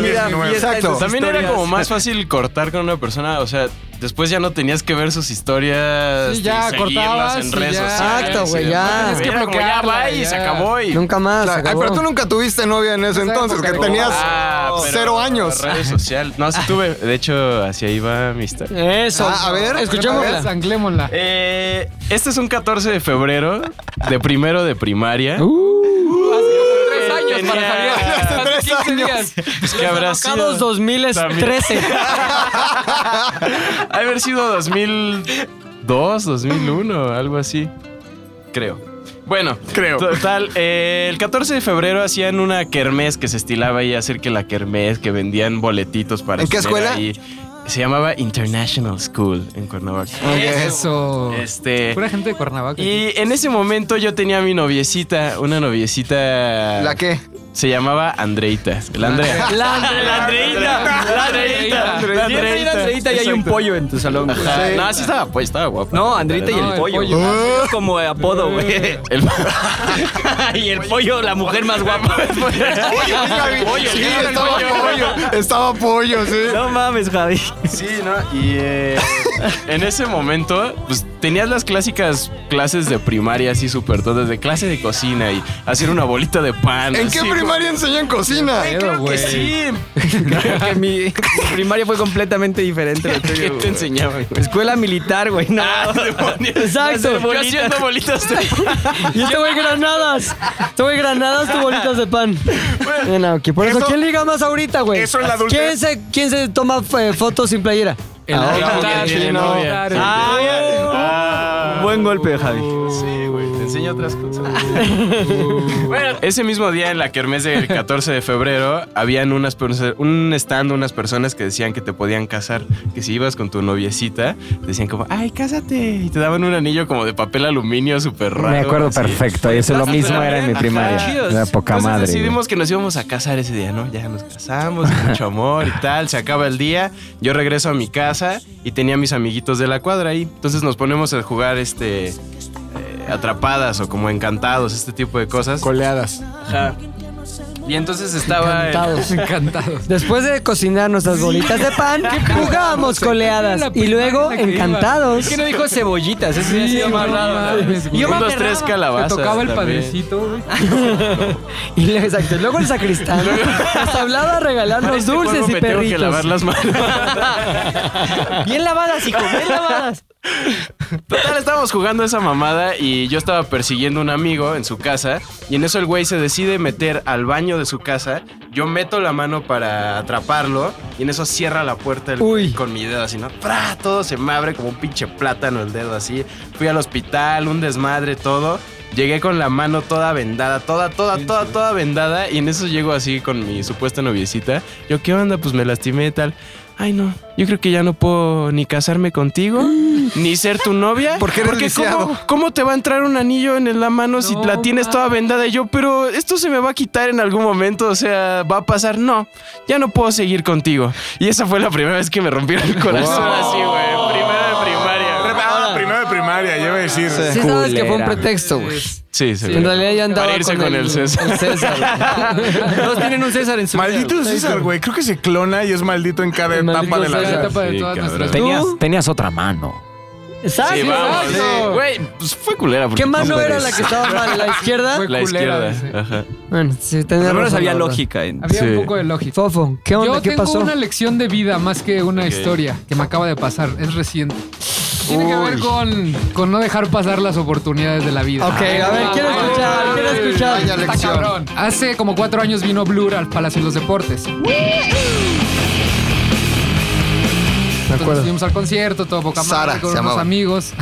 S13: Fiesta
S5: 2019.
S13: en sus
S5: Exacto.
S13: historias. También era como
S3: más fácil cortar con una persona, o sea,
S11: Después ya no tenías que ver sus historias
S2: Sí, ya,
S11: y seguirlas
S2: cortabas y
S11: en redes
S2: ya.
S11: sociales.
S2: Exacto, güey,
S11: Y
S2: ya.
S11: demás.
S2: Tienes que
S11: Era como ya
S2: bloquearla,
S11: va y se
S2: ya.
S11: acabó. y-
S2: Nunca más.
S7: Ay, pero tú nunca tuviste novia en ese
S2: Esa
S7: entonces,
S2: época
S7: que
S2: de-
S7: tenías
S11: Ah, pero
S7: cero años.
S11: Redes sociales. No, sí tuve. De hecho, hacia ahí va mi historia.
S2: Eso.
S7: Ah, a ver,
S2: escuchémosla.
S7: a ver,
S2: Sanglémosla.
S11: Eh, este es un 14 de febrero, de primero de primaria.
S2: Uh.
S9: Tres años para Javier. Hace
S7: tres
S9: 15
S7: años.
S9: días.
S11: Pues, ¿Qué habrá sido?
S2: Todos 2013.
S11: Ha de haber sido 2002, 2001, algo así. Creo. Bueno, creo. Total, eh, el 14 de febrero hacían una kermés que se estilaba ahí hacer que la kermés, que vendían boletitos para.
S7: ¿En qué
S11: tener
S7: escuela?
S11: ahí. Se llamaba International School en Cuernavaca.
S9: Eso.
S11: Este.
S9: Pura gente de Cuernavaca.
S11: Y en ese momento yo tenía a mi noviecita, una noviecita.
S7: ¿La qué?
S11: Se llamaba Andreita. La Andrea.
S2: La Andreita.
S9: La Andreita.
S11: La
S12: Siempre hay una Andreita y hay un pollo en tu salón. güey.
S11: Ajá. No, así estaba, pues estaba guapo.
S12: No, Andreita y
S9: No,
S12: el
S9: el
S12: pollo.
S9: pollo.
S12: Es Como apodo, güey.
S11: El-
S12: y el pollo, la mujer más guapa.
S11: Pollo,
S7: Sí,
S11: el
S7: estaba
S11: pollo.
S7: pollo. Estaba pollo, sí.
S12: No mames, Javi.
S11: Sí, ¿no? Y eh, en ese momento, pues tenías las clásicas clases de primaria así súper todas, de clase de cocina y hacer una bolita de pan.
S7: ¿En qué
S11: así,
S7: primaria enseñan cocina?
S11: güey. Creo que sí.
S12: que mi, mi primaria fue completamente diferente. de lo tuyo,
S11: ¿Qué
S12: güey.
S11: te enseñaba? güey?
S12: Escuela militar, güey. No.
S6: Ah,
S11: Hacer
S2: Exacto.
S11: bolitas. Yo haciendo bolitas de pan.
S2: Y este güey granadas. Este güey granadas, tu bolitas de pan. Bueno, ok, Por eso,
S5: eso-
S2: ¿quién liga más ahorita, güey?
S5: eso en la adultez.
S2: ¿Quién se, quién se toma eh, fotos sin playera?
S9: El
S2: Ah,
S9: altar,
S11: porque
S9: el
S11: tiene novia.
S9: altar,
S12: Ah,
S11: Ah,
S12: Buen golpe, Javi.
S11: Sí, güey, te enseño otras cosas. bueno, ese mismo día en la kermés del 14 de febrero, habían unas perso- un stand, unas personas que decían que te podían casar, que si ibas con tu noviecita, decían como, ay, cásate. Y te daban un anillo como de papel aluminio súper raro.
S3: Me acuerdo
S11: así.
S3: perfecto. Eso lo
S11: Ajá,
S3: mismo era en mi
S11: ajá,
S3: primaria.
S11: chidos.
S3: Era poca
S11: Entonces
S3: madre. güey.
S11: decidimos que nos íbamos a casar ese día, ¿no? Ya nos casamos, mucho amor y tal. Se acaba el día. Yo regreso a mi casa y tenía a mis amiguitos de la cuadra ahí. Entonces nos ponemos a jugar este. eh, atrapadas o como encantados, este tipo de cosas.
S5: Coleadas.
S11: Ajá. Y entonces estaba.
S2: Encantados.
S9: Encantado.
S2: Después de cocinar nuestras bolitas de pan, jugábamos coleadas y luego encantados.
S12: ¿Qué no dijo cebollitas? Eso hubiera sido más raro.
S11: Y yo
S9: Yo
S11: un, dos, tres calabazas.
S9: Te tocaba el
S11: también.
S9: padrecito, güey.
S2: Y luego, exacto, luego el sacristán nos hablaba de
S11: Para
S2: regalarnos
S11: este
S2: dulces
S11: juego
S2: y
S11: me
S2: perritos.
S11: tengo que lavar las manos.
S2: Bien lavadas, hijo, bien lavadas.
S11: Total, estábamos jugando esa mamada y yo estaba persiguiendo a un amigo en su casa y en eso el güey se decide meter al baño de su casa. Yo meto la mano para atraparlo y en eso cierra la puerta el güey
S2: Uy.
S11: con mi dedo así, ¿no? ¡Pra! Todo se me abre como un pinche plátano el dedo así. Fui al hospital, un desmadre, todo. Llegué con la mano toda vendada, toda, toda, toda, toda vendada y en eso llego así con mi supuesta noviecita. Yo, ¿qué onda? Pues me lastimé tal. Ay, no. Yo creo que ya no puedo ni casarme contigo, ni ser tu novia.
S7: Porque eres
S11: ¿cómo,
S7: lisiado.
S11: ¿Cómo te va a entrar un anillo en la mano si
S9: No,
S11: la tienes
S9: ma.
S11: toda vendada? Y yo, pero esto se me va a quitar en algún momento. O sea, Ah, va a pasar. No, ya no puedo seguir contigo. Y esa fue la primera vez que me rompieron el corazón así, güey. Primero de primaria. güey.
S5: Ah, primero de primaria, yo iba a decir.
S2: Sí sabes que fue un
S3: Culera.
S2: pretexto, güey.
S6: pues.
S11: Sí, sí.
S2: En realidad ya andaba
S11: Para irse con, el, César.
S2: el César.
S12: Todos tienen un César en su
S5: Maldito César, güey. Creo que se clona y es maldito en cada
S2: Maldito
S5: etapa de la
S9: La
S2: César.
S5: vida.
S9: etapa de
S11: Sí,
S9: todas
S11: cabrón.
S9: nuestras.
S3: Tenías, tenías otra mano.
S2: Exacto.
S11: Sí, vamos.
S9: exacto.
S11: Sí. Güey, pues fue culera. porque
S2: ¿Qué mano
S11: no
S2: era
S11: puedes.
S2: la que estaba mal? ¿La izquierda?
S9: Fue
S11: La
S9: culera,
S11: izquierda.
S9: dice.
S11: Ajá.
S2: Bueno, sí, tenía
S12: Por lo menos
S2: razón,
S12: había
S2: la verdad.
S12: lógica. En...
S9: Había
S11: Sí.
S9: un poco de lógica.
S2: Fofo, ¿qué onda?
S9: Yo
S2: ¿Qué
S9: tengo
S2: pasó?
S9: una lección de vida más que una
S11: Ok.
S9: historia que me acaba de pasar. Es reciente. Tiene que ver con, con no dejar pasar las oportunidades de la vida.
S2: Ok, a ver, quiero escuchar, quiero escuchar.
S7: Vaya
S9: Está
S7: lección.
S9: cabrón. Hace como cuatro años vino Blur al Palacio de los Deportes. Entonces fuimos al concierto, todo boca
S7: Sara,
S9: madre, con
S7: se
S9: unos
S7: llamaba.
S9: amigos.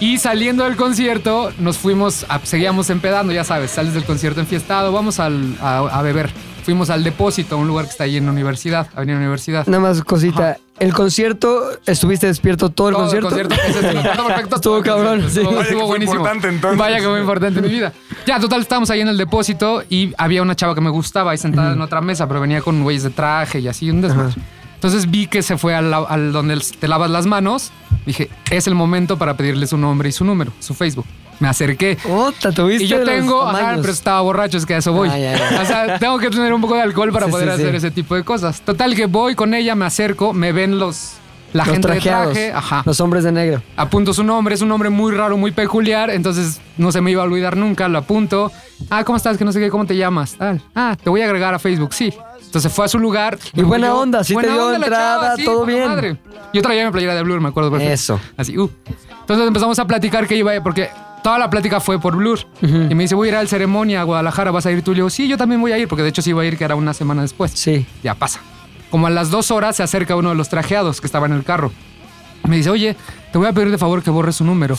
S9: y saliendo del concierto, nos fuimos, a- seguíamos empedando, ya sabes, sales del concierto enfiestado, vamos al- a, a beber. Fuimos al depósito, un lugar que está ahí en la universidad, Avenida Universidad.
S2: Nada más cosita. El concierto, estuviste despierto todo el
S9: Todo
S2: concierto.
S9: ese es el concierto perfecto.
S2: Estuvo
S9: todo el
S2: cabrón,
S9: concierto.
S2: sí.
S9: Estuvo-
S5: Vaya que
S9: estuvo
S5: fue
S9: buenísimo.
S5: importante, entonces.
S9: Vaya que fue importante en mi vida. Ya, total, estábamos ahí en el depósito y había una chava que me gustaba ahí sentada en otra mesa, pero venía con güeyes de traje y así, un desmadre. Entonces vi que se fue al, la- al donde te lavas las manos. Dije, es el momento para pedirle su nombre y su número, su Facebook. Me acerqué.
S2: Ota, tuviste
S9: Y yo
S2: los
S9: tengo, ajá, pues,
S2: tamaños.
S9: pero estaba borracho, es que a eso voy.
S2: Ah, ya, ya.
S9: O sea, tengo que tener un poco de alcohol para
S2: Sí,
S9: poder
S2: sí, sí.
S9: hacer ese tipo de cosas. Total que voy con ella, me acerco, me ven los la
S2: Los
S9: gente de
S2: trajeados,
S9: traje, ajá.
S2: Los hombres de negro.
S9: Apunto su nombre, es un nombre muy raro, muy peculiar, entonces no se me iba a olvidar nunca, lo apunto. Ah, ¿cómo estás? Que no sé qué, ¿cómo te llamas? Tal. Ah, te voy a agregar a Facebook, sí. Entonces fue a su lugar.
S2: Y buena onda, sí te dio
S9: la
S2: entrada, todo
S9: poca
S2: bien.
S9: Yo traía mi playera de Blur, me acuerdo perfecto.
S2: Eso.
S9: Así, uh. Entonces empezamos a platicar que iba a ir, porque toda la plática fue por Blur. Y me dice, voy a ir al ceremonia a Guadalajara, ¿vas a ir tú? Le digo, sí, yo también voy a ir, porque de hecho sí iba a ir, que era una semana después.
S2: Sí.
S9: Ya pasa. Como a las dos horas se acerca uno de los trajeados que estaba en el carro. Me dice, oye, te voy a pedir de favor que borres su número.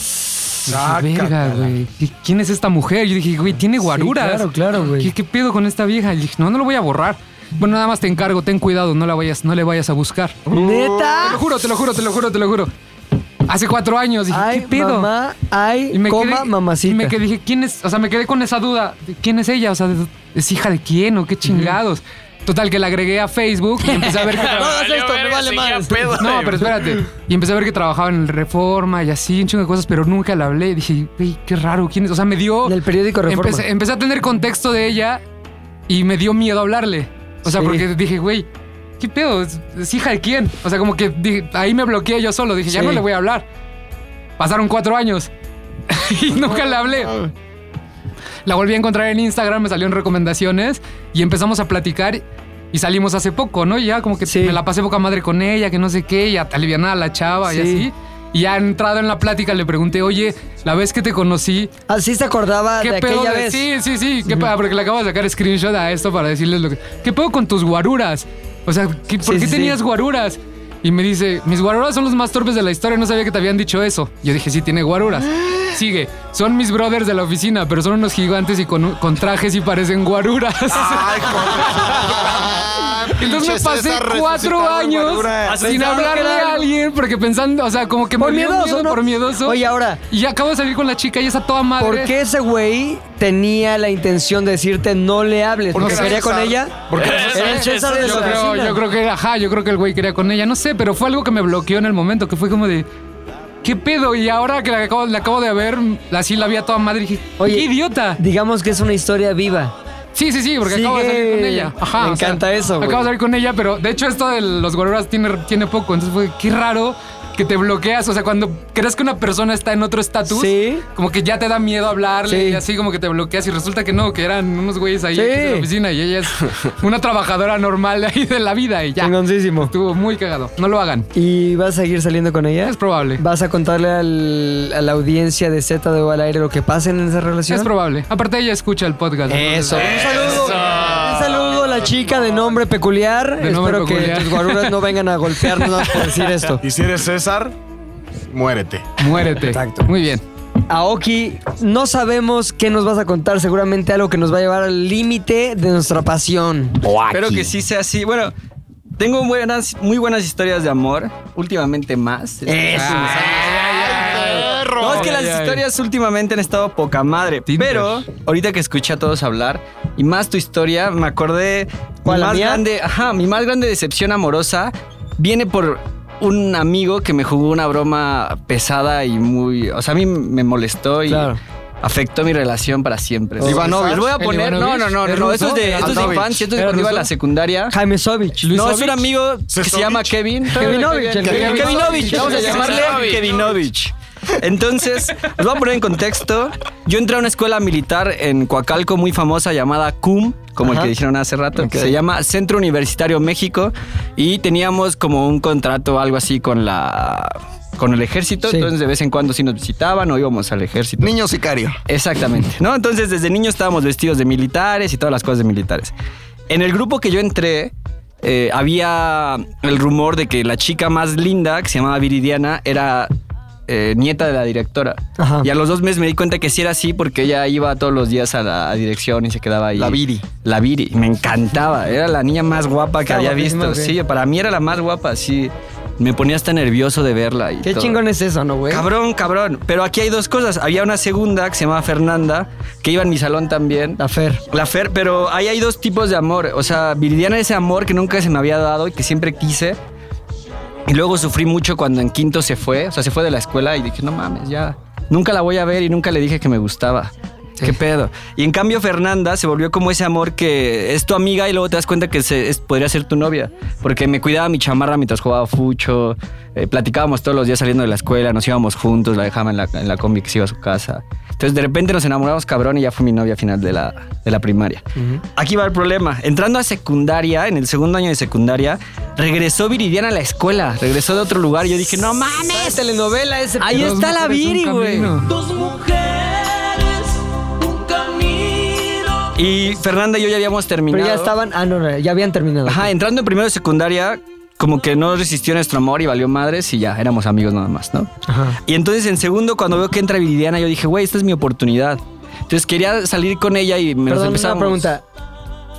S9: Y dije, Verga, güey. ¿qué- ¿Quién es esta mujer? Yo dije, güey, tiene guaruras.
S2: claro, claro, güey.
S9: ¿Qué, qué pedo con esta vieja? Y dije, no, no lo voy a borrar. Bueno, nada más te encargo, ten cuidado, no la vayas, no le vayas a buscar.
S2: ¿Neta?
S9: Te lo juro, te lo juro, te lo juro, te lo juro. Hace cuatro años dije,
S2: Ay,
S9: ¿qué pedo?
S2: mamá, ay,
S9: Y me
S2: coma,
S9: quedé-
S2: mamacita.
S9: Y me quedé, dije, ¿quién es? O sea, me quedé con esa duda. de ¿Quién es ella? O sea, de- ¿es hija de quién o qué chingados? Total, que la agregué a Facebook y empecé a ver que
S2: No hagas
S9: trabajaba.
S2: esto, me vale más.
S9: No, pero espérate. Y empecé a ver que trabajaba en el Reforma y así, un chingo de cosas, pero nunca la hablé. Dije, güey, qué raro, ¿quién es? O sea, me dio.
S2: Del periódico Reforma.
S9: Empecé, empecé a tener contexto de ella y me dio miedo hablarle. O sea,
S2: Sí.
S9: porque dije, güey, ¿qué pedo? ¿Es, es hija de quién? O sea, como que dije- ahí me bloqueé yo solo. Dije, ya
S2: Sí.
S9: no le voy a hablar. Pasaron cuatro años y nunca le hablé.
S2: Ah,
S9: La volví a encontrar en Instagram, me salió en recomendaciones y empezamos a platicar y salimos hace poco, ¿no? Y ya como que me la pasé poca madre con ella, que no sé qué, y a- alivianada a la chava y
S2: Sí.
S9: así. Y ya entrado en la plática le pregunté, oye, la vez que te conocí,
S2: Así Ah, se acordaba
S9: ¿Qué
S2: de
S9: pedo?
S2: aquella
S9: de-
S2: vez.
S9: Sí, sí, sí. ¿Qué pedo? Porque le acabo de sacar screenshot a esto para decirles lo que. ¿Qué pedo con tus guaruras? O sea, ¿qué- ¿por
S2: Sí,
S9: qué
S2: sí,
S9: tenías
S2: sí.
S9: guaruras? Y me dice, mis guaruras son los más torpes de la historia, no sabía que te habían dicho eso. Yo dije, sí, tiene guaruras. Sigue, son mis brothers de la oficina, pero son unos gigantes y con, con trajes y parecen guaruras. Entonces me
S10: pinche
S9: pasé
S10: César
S9: cuatro
S10: resucitado de
S9: años
S10: guaruras.
S9: sin
S10: Pensando que
S9: hablarle
S10: era-
S9: a alguien, porque pensando, o sea, como que
S2: Por
S9: me dio
S2: miedoso,
S9: miedo,
S2: ¿no?
S9: por miedoso.
S2: Oye, ahora-
S9: Y acabo de salir con la chica y esa toda madre.
S2: ¿Por qué ese güey tenía la intención de decirte no le hables? ¿Porque quería con ella? Era el César de
S9: yo
S2: la
S9: creo,
S2: oficina.
S9: yo creo que, ajá, yo creo que el güey quería con ella. No sé, pero fue algo que me bloqueó en el momento, que fue como de. ¿Qué pedo? Y ahora que la acabo, la acabo de ver, así la vi a toda madre y dije,
S2: Oye,
S9: ¡qué idiota!
S2: Digamos que es una historia viva.
S9: Sí, sí, sí, porque acabo de
S2: Sigue.
S9: salir con ella. Ajá,
S2: Me
S9: o sea,
S2: encanta eso, güey.
S9: Acabo de salir con ella, pero de hecho esto de los guaruras tiene, tiene poco. Entonces fue, qué raro que te bloqueas. O sea, cuando crees que una persona está en otro estatus, como que ya te da miedo hablarle
S2: Sí.
S9: y así como que te bloqueas y resulta que no, que eran unos güeyes ahí
S2: Sí.
S9: en la oficina y ella es una trabajadora normal de ahí de la vida y ya.
S2: Chingoncísimo.
S9: Estuvo muy cagado. No lo hagan.
S2: ¿Y vas a seguir saliendo con ella? Es
S9: probable.
S2: ¿Vas a contarle al- a la audiencia de Z de O al aire lo que pasa en esa relación?
S9: Es probable. Aparte ella escucha el podcast.
S2: Eh,
S9: Eso.
S2: Un saludo. Un saludo a la chica de nombre peculiar.
S9: De nombre
S2: Espero
S9: peculiar.
S2: que tus guaruras no vengan a golpearnos nada más por decir esto.
S5: Y si eres César, muérete.
S9: Muérete. Exacto. Muy bien.
S2: Aoki, no sabemos qué nos vas a contar. Seguramente algo que nos va a llevar al límite de nuestra pasión.
S12: Espero que sí sea así. Bueno, tengo buenas, muy buenas historias de amor. Últimamente más. No, es que las
S13: Ay, ay.
S12: historias últimamente han estado poca madre. Pero ahorita que escuché a todos hablar y más tu historia, me acordé.
S2: ¿Cuál,
S12: mi
S2: la
S12: más
S2: mía?
S12: grande, ajá, mi más grande decepción amorosa viene por un amigo que me jugó una broma pesada y muy. O sea, a mí me molestó y. Afectó mi relación para siempre.
S2: Oh.
S12: Ivanovich. Les voy a
S2: ¿El
S12: poner. No,
S2: Ivanovich?
S12: no, no, no,
S2: ¿El
S12: no, Esto es
S2: ruso?
S12: de, esto es de
S2: Antovich.
S12: infancia. Esto es de
S2: ¿Era
S12: cuando iba a
S2: ruso?
S12: la secundaria.
S2: Jaime Sovich.
S12: No, es un amigo que se llama Kevin.
S2: Kevinovich, el
S12: Kevin-
S2: Kevinovich.
S12: Kevinovich. Vamos a llamarle
S2: Kevinovich.
S12: Kevinovich. Entonces, os voy a poner en contexto. Yo entré a una escuela militar en Coacalco muy famosa llamada CUM, como el
S13: Ajá.
S12: que dijeron hace rato, que
S13: Ok.
S12: se llama Centro Universitario México. Y teníamos como un contrato o algo así con la con el ejército, entonces de vez en cuando sí nos visitaban o íbamos al ejército.
S7: Niño sicario.
S12: Exactamente, ¿no? Entonces desde niños estábamos vestidos de militares y todas las cosas de militares. En el grupo que yo entré, eh, había el rumor de que la chica más linda, que se llamaba Viridiana, era eh, nieta de la directora.
S2: Ajá.
S12: Y a los dos meses me di cuenta que sí era así porque ella iba todos los días a la dirección y se quedaba ahí. La Viri. La Viri. Me encantaba. Era la niña más guapa que
S2: Estaba
S12: había
S2: guapísima,
S12: visto.
S2: ok.
S12: Sí, para mí era la más guapa, sí. Me ponía hasta nervioso de verla. Y
S2: Qué
S12: todo.
S2: chingón es eso, ¿no, güey?
S12: Cabrón, cabrón. Pero aquí hay dos cosas. Había una segunda que se llamaba Fernanda, que iba en mi salón también. La
S2: Fer.
S12: La Fer, pero ahí hay dos tipos de amor. O sea, Viridiana ese amor que nunca se me había dado y que siempre quise. Y luego sufrí mucho cuando en quinto se fue. O sea, se fue de la escuela y dije, no mames, ya. Nunca la voy a ver y nunca le dije que me gustaba. ¿Qué pedo? Y en cambio, Fernanda se volvió como ese amor que es tu amiga y luego te das cuenta que se- es- podría ser tu novia. Porque me cuidaba mi chamarra mientras jugaba fucho. eh, platicábamos todos los días saliendo de la escuela, nos íbamos juntos, la dejaba en la, en la combi que se iba a su casa. Entonces, de repente nos enamoramos cabrón y ya fue mi novia final de la, de la primaria. Aquí va el problema. Entrando a secundaria, en el segundo año de secundaria, regresó Viridiana a la escuela. Regresó de otro lugar. Y yo dije, no mames.
S2: telenovela ese.
S12: Ahí
S2: Dos
S12: está la
S2: mujeres, un
S12: Viri, güey.
S2: camino.
S10: Dos mujeres, un camino.
S12: Y Fernanda y yo ya habíamos terminado.
S2: Pero ya estaban. Ah, no, no, ya habían terminado.
S12: Ajá, entrando en primero de secundaria, como que no resistió nuestro amor y valió madres y ya, éramos amigos nada más, ¿no?
S2: Ajá.
S12: Y entonces en segundo, cuando veo que entra Viridiana, yo dije, güey, esta es mi oportunidad. Entonces quería salir con ella y me
S2: Perdón,
S12: nos
S2: una
S12: empezamos.
S2: pregunta.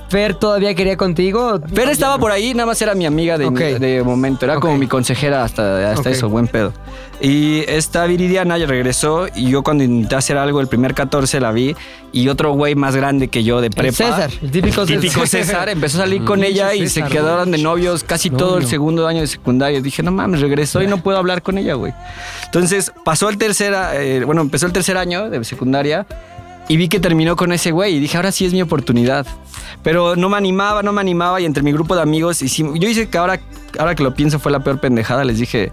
S2: ¿Fer todavía quería contigo?
S12: Fer estaba por ahí, nada más era mi amiga de, de momento, era como mi consejera hasta, hasta
S2: Ok.
S12: eso, buen pedo. Y esta Viridiana ya regresó y yo cuando intenté hacer algo el primer 14 la vi y otro güey más grande que yo de prepa.
S2: César, el típico César.
S12: típico César, empezó a salir con ella y
S2: César,
S12: se quedaron de novios casi todo el
S2: Novio.
S12: segundo año de secundaria. Dije, no mames, regresó y no puedo hablar con ella, güey. Entonces pasó el tercer, eh, bueno, empezó el tercer año de secundaria y vi que terminó con ese güey y dije, ahora sí es mi oportunidad. Pero no me animaba, no me animaba y entre mi grupo de amigos, y si- yo hice que ahora, ahora que lo pienso fue la peor pendejada, les dije,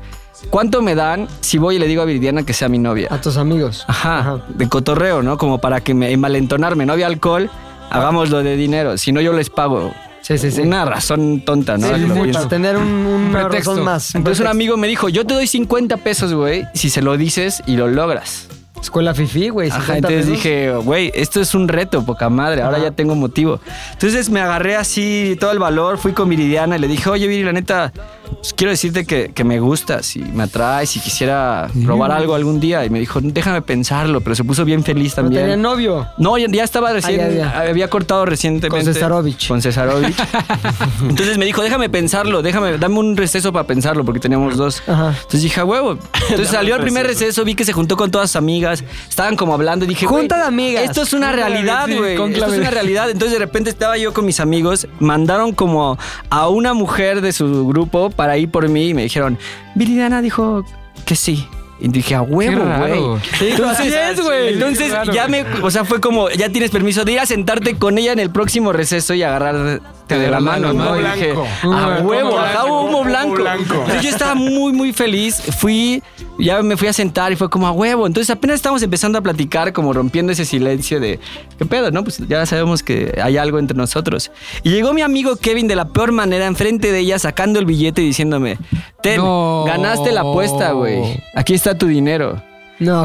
S12: ¿cuánto me dan si voy y le digo a Viridiana que sea mi novia?
S2: A tus amigos.
S12: Ajá, de cotorreo, ¿no? Como para que me envalentonarme, no había alcohol, hagámoslo de dinero, si no yo les pago.
S2: Sí, sí, sí.
S12: Una razón tonta,
S2: Sí,
S12: ¿no? Ahora que lo
S2: sí,
S12: pienso.
S2: para tener un, un razón más. un
S12: Entonces un
S2: pretexto.
S12: amigo me dijo, yo te doy 50 pesos, güey, si se lo dices y lo logras.
S2: Escuela fifí, güey.
S12: Ajá,
S2: 50
S12: entonces
S2: pesos.
S12: dije, güey, esto es un reto, poca madre, ahora ya tengo motivo. Entonces me agarré así todo el valor, fui con Viridiana y le dije, oye, Viri, la neta, pues, quiero decirte que, que me gustas y me atraes y quisiera probar algo algún día. Y me dijo, déjame pensarlo, pero se puso bien feliz
S2: Pero
S12: también.
S2: tenía novio.
S12: No, ya, ya estaba recién.
S2: Ah, ya,
S12: Había cortado recientemente.
S2: Con Cesarovich.
S12: Con Cesarovich. Entonces me dijo, déjame pensarlo, déjame, dame un receso para pensarlo, porque teníamos dos. Entonces dije, "A huevo. Entonces salió el primer receso, vi que se juntó con todas sus amigas, estaban como hablando y dije,
S2: Junta
S12: "Güey,
S2: de amigas".
S12: Esto es una
S2: Junta de
S12: realidad,
S2: amigas, sí,
S12: güey. Esto es
S2: cónclave.
S12: una realidad. Entonces de repente estaba yo con mis amigos, mandaron como a una mujer de su grupo para ir por mí y me dijeron, Viridiana dijo que sí. Y dije, a huevo,
S13: raro.
S12: güey.
S13: Sí, así es, güey.
S12: Entonces
S13: Qué raro,
S12: ya me,
S13: güey.
S12: o sea, fue como, ya tienes permiso de ir a sentarte con ella en el próximo receso y agarrarte de la mano,
S13: Humo
S12: ¿no? Y dije,
S13: blanco.
S12: a
S13: Humo
S12: huevo, ajá,
S13: blanco,
S12: humo
S13: humo
S12: blanco.
S13: blanco.
S12: Entonces, yo estaba muy, muy feliz. Fui, ya me fui a sentar y fue como a huevo. Entonces apenas estábamos empezando a platicar, como rompiendo ese silencio de, ¿qué pedo, no? Pues ya sabemos que hay algo entre nosotros. Y llegó mi amigo Kevin de la peor manera, enfrente de ella, sacando el billete y diciéndome, Ten,
S13: No.
S12: ganaste la apuesta, güey. Aquí está tu dinero.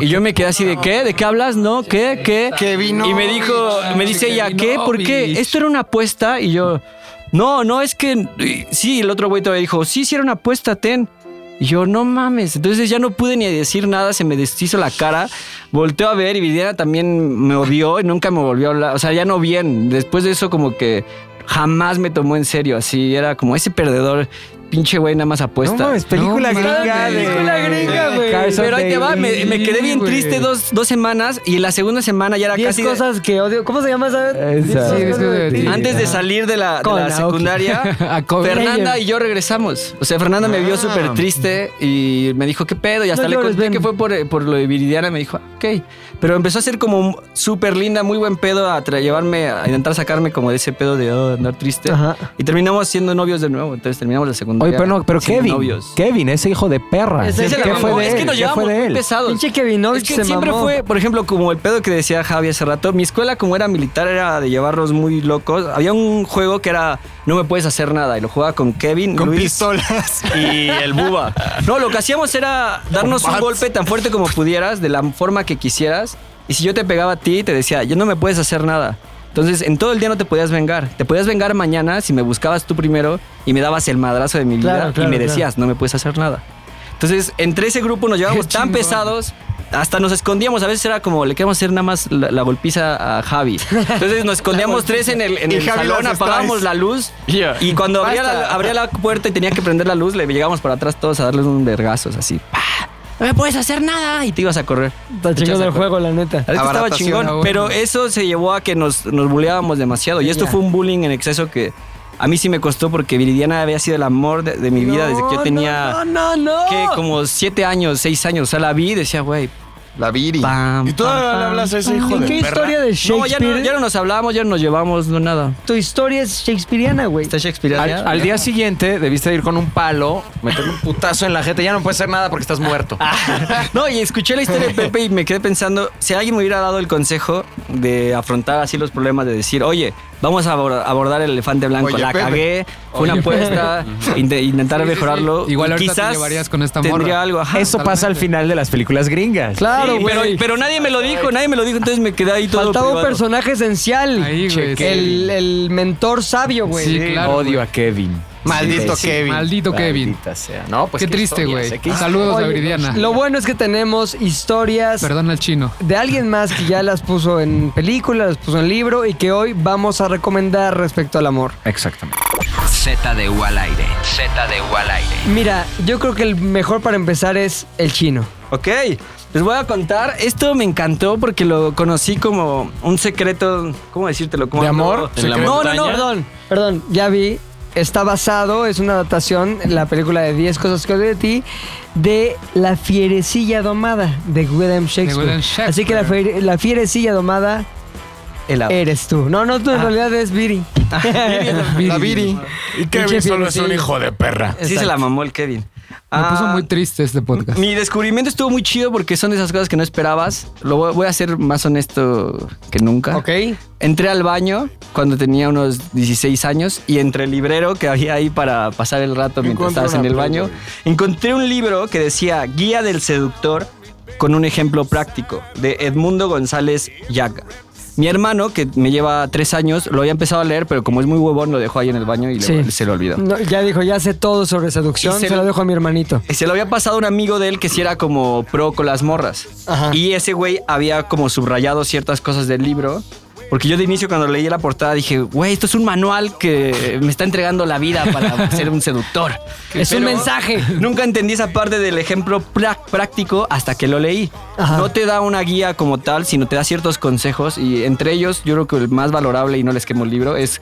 S12: y yo me quedé así de qué, de qué hablas, no, qué, qué.
S7: Kevin
S12: Y me dijo,
S7: Novich.
S12: me dice ella, ¿qué? ¿Por qué? Esto era una apuesta y yo, no, no, es que y- sí, el otro güey todavía dijo, sí, sí era una apuesta, ten. Y yo, no mames. Entonces ya no pude ni decir nada, se me deshizo la cara. Volteo a ver y Vidiana también me odió y nunca me volvió a hablar. O sea, ya no bien. Después de eso, como que jamás me tomó en serio. Así era como ese perdedor, pinche güey, nada más apuesta.
S3: No mames, película gringa de-
S12: Película gringa,
S3: de
S12: güey.
S3: Carson
S12: Pero ahí te va, me,
S3: Daly,
S12: me quedé bien
S3: güey.
S12: triste dos, dos semanas y la segunda semana ya era
S2: Diez
S12: casi. de-
S2: cosas que odio. ¿Cómo se llama esa?
S12: Esa.
S2: Diez cosas de ti.
S12: Antes de
S9: "Ah,
S2: Ajá.
S12: salir de la, de
S2: Con
S12: la
S2: Aoki.
S12: secundaria,
S2: A Kobe.
S12: Fernanda y yo regresamos. O sea, Fernanda me vio
S2: Ah.
S12: súper triste y me dijo, ¿qué pedo? Y hasta
S2: No
S12: le
S2: llores,
S12: conté que fue por, eh, por lo de Viridiana. Me dijo, "Ah, ok. Pero empezó a ser como súper linda, muy buen pedo, a tra- llevarme, a intentar sacarme como de ese pedo de oh, andar triste. Y terminamos siendo novios de nuevo. Entonces terminamos la secundaria.
S3: Oye, pero no, pero
S12: siendo
S3: Kevin.
S12: novios.
S3: Kevin, ese hijo de perra.
S12: Ese se la
S3: ¿Qué
S12: mamó.
S3: fue de
S12: es
S3: él?
S12: que nos
S3: ¿Qué
S12: llevamos
S3: fue de
S12: muy
S3: él?
S12: pesados.
S2: Pinche Kevinovich
S12: Es que
S2: se
S12: siempre
S2: mamó.
S12: fue, por ejemplo, como el pedo que decía Javi hace rato, mi escuela como era militar era de llevarlos muy locos. Había un juego que era no me puedes hacer nada y lo jugaba con Kevin,
S7: Con
S12: Luis
S7: pistolas.
S12: y el Buba. No, lo que hacíamos era darnos un golpe tan fuerte como pudieras, de la forma que quisieras. Y si yo te pegaba a ti, te decía, yo no me puedes hacer nada. Entonces, en todo el día no te podías vengar. Te podías vengar mañana si me buscabas tú primero y me dabas el madrazo de mi vida
S13: Claro, claro,
S12: y me
S13: claro.
S12: decías, no me puedes hacer nada. Entonces, entre ese grupo nos llevábamos tan pesados, hasta nos escondíamos. A veces era como, le queremos hacer nada más la, la golpiza a Javi. Entonces nos escondíamos tres en el, en
S13: Y
S12: el
S13: Javi
S12: salón,
S13: las
S12: apagábamos
S13: estáis.
S12: la luz y cuando abría
S13: Basta.
S12: la, abría la puerta y tenía que prender la luz, le llegábamos para atrás todos a darles un vergazos así. ¡pa! No me puedes hacer nada. Y te ibas a correr.
S2: Está
S12: Te echabas
S2: chingón
S12: a
S2: el
S12: correr.
S2: juego, la neta.
S12: La neta estaba chingón,
S2: ah,
S12: pero eso se llevó a que nos, nos buleábamos demasiado. Y esto
S2: Ya.
S12: fue un bullying en exceso que a mí sí me costó porque Viridiana había sido el amor de, de mi vida desde que yo tenía
S2: No, no, no.
S12: ¿qué? como siete años, seis años. O sea, la vi y decía, güey,
S7: La Viri.
S5: ¿Y todavía
S2: Ah,
S5: le hablas a ese hijo de perra?
S12: No, ya no, ya no nos hablábamos, ya no nos llevamos, no nada.
S2: Tu historia es shakespeariana, güey.
S12: Está shakespeariana.
S6: Al, al día siguiente debiste ir con un palo, meterle un putazo en la gente. Ya no puedes hacer nada porque estás muerto. Ah.
S12: No, y escuché la historia de Pepe y me quedé pensando, si alguien me hubiera dado el consejo de afrontar así los problemas, de decir, oye, vamos a abor- abordar el elefante blanco,
S9: Oye,
S12: la
S9: Pepe.
S12: cagué, fue una
S9: Oye,
S12: apuesta,
S9: Pepe.
S12: inte- intentar
S9: Sí, sí, sí.
S12: mejorarlo.
S9: Igual
S12: y
S9: ahorita te
S12: quizás
S9: llevarías con esta
S12: tendría
S9: morra.
S12: algo, ajá,
S3: Eso pasa al final de las películas gringas.
S12: Sí, pero, pero nadie me lo dijo, nadie me lo dijo, entonces me quedé ahí todo
S2: Faltaba un
S12: privado.
S2: personaje esencial.
S12: güey, sí.
S2: el, el mentor sabio, güey.
S3: Odio a Kevin.
S2: Maldito
S3: Sí,
S2: Kevin.
S9: Maldito Kevin.
S6: Maldita sea. No, pues
S9: Qué triste,
S6: historias,
S9: güey.
S6: ¿eh? Qué
S9: Saludos
S2: Oye,
S9: a Viridiana.
S2: Lo bueno es que tenemos historias.
S9: Perdón al chino.
S2: De alguien más que ya las puso en película, las puso en libro y que hoy vamos a recomendar respecto al amor.
S6: Exactamente.
S1: ZDU al aire. ZDU al aire.
S2: Mira, yo creo que el mejor para empezar es el chino.
S12: Ok, les voy a contar. Esto me encantó porque lo conocí como un secreto. ¿Cómo decírtelo? Como
S2: ¿De
S12: algo-
S2: amor?
S12: No, no, no,
S2: Perdón, perdón, ya vi. Está basado, es una adaptación en la película de 10 cosas que odio de ti, de La fierecilla domada de William Shakespeare.
S9: William Shakespeare.
S2: Así que la, fiere- la fierecilla domada eres tú. No, no, tú en realidad es Viri.
S12: La Viri.
S5: Y Kevin
S12: Pinche
S5: solo es un
S12: fierecillo.
S5: hijo de perra.
S12: Sí, se la mamó el Kevin. Ah,
S9: Me puso muy triste este podcast.
S12: Mi descubrimiento estuvo muy chido porque son de esas cosas que no esperabas. Lo voy, voy a ser más honesto que nunca.
S2: Ok.
S12: Entré al baño cuando tenía unos 16 años y entre el librero que había ahí para pasar el rato mientras
S13: Encontré
S12: estabas en
S13: una
S12: el
S13: pluma,
S12: baño, encontré un libro que decía Guía del Seductor con un ejemplo práctico de Edmundo González Yaga. Mi hermano, que me lleva tres años, lo había empezado a leer, pero como es muy huevón, lo dejó ahí en el baño y le-
S2: Sí.
S12: se lo olvidó.
S2: No, ya dijo, ya sé todo sobre seducción,
S12: Y
S2: se,
S12: se
S2: lo
S12: lo-
S2: dejo a mi hermanito.
S12: Y se lo había pasado a un amigo de él que sí era como pro con las morras. Y ese güey había como subrayado ciertas cosas del libro. Porque yo de inicio cuando leí la portada dije, güey, esto es un manual que me está entregando la vida para ser un seductor.
S2: Es un mensaje.
S12: Nunca entendí esa parte del ejemplo prá- práctico hasta que lo leí.
S2: Ajá.
S12: No te da una guía como tal, sino te da ciertos consejos. Y entre ellos, yo creo que el más valorable, y no les quemo el libro, es...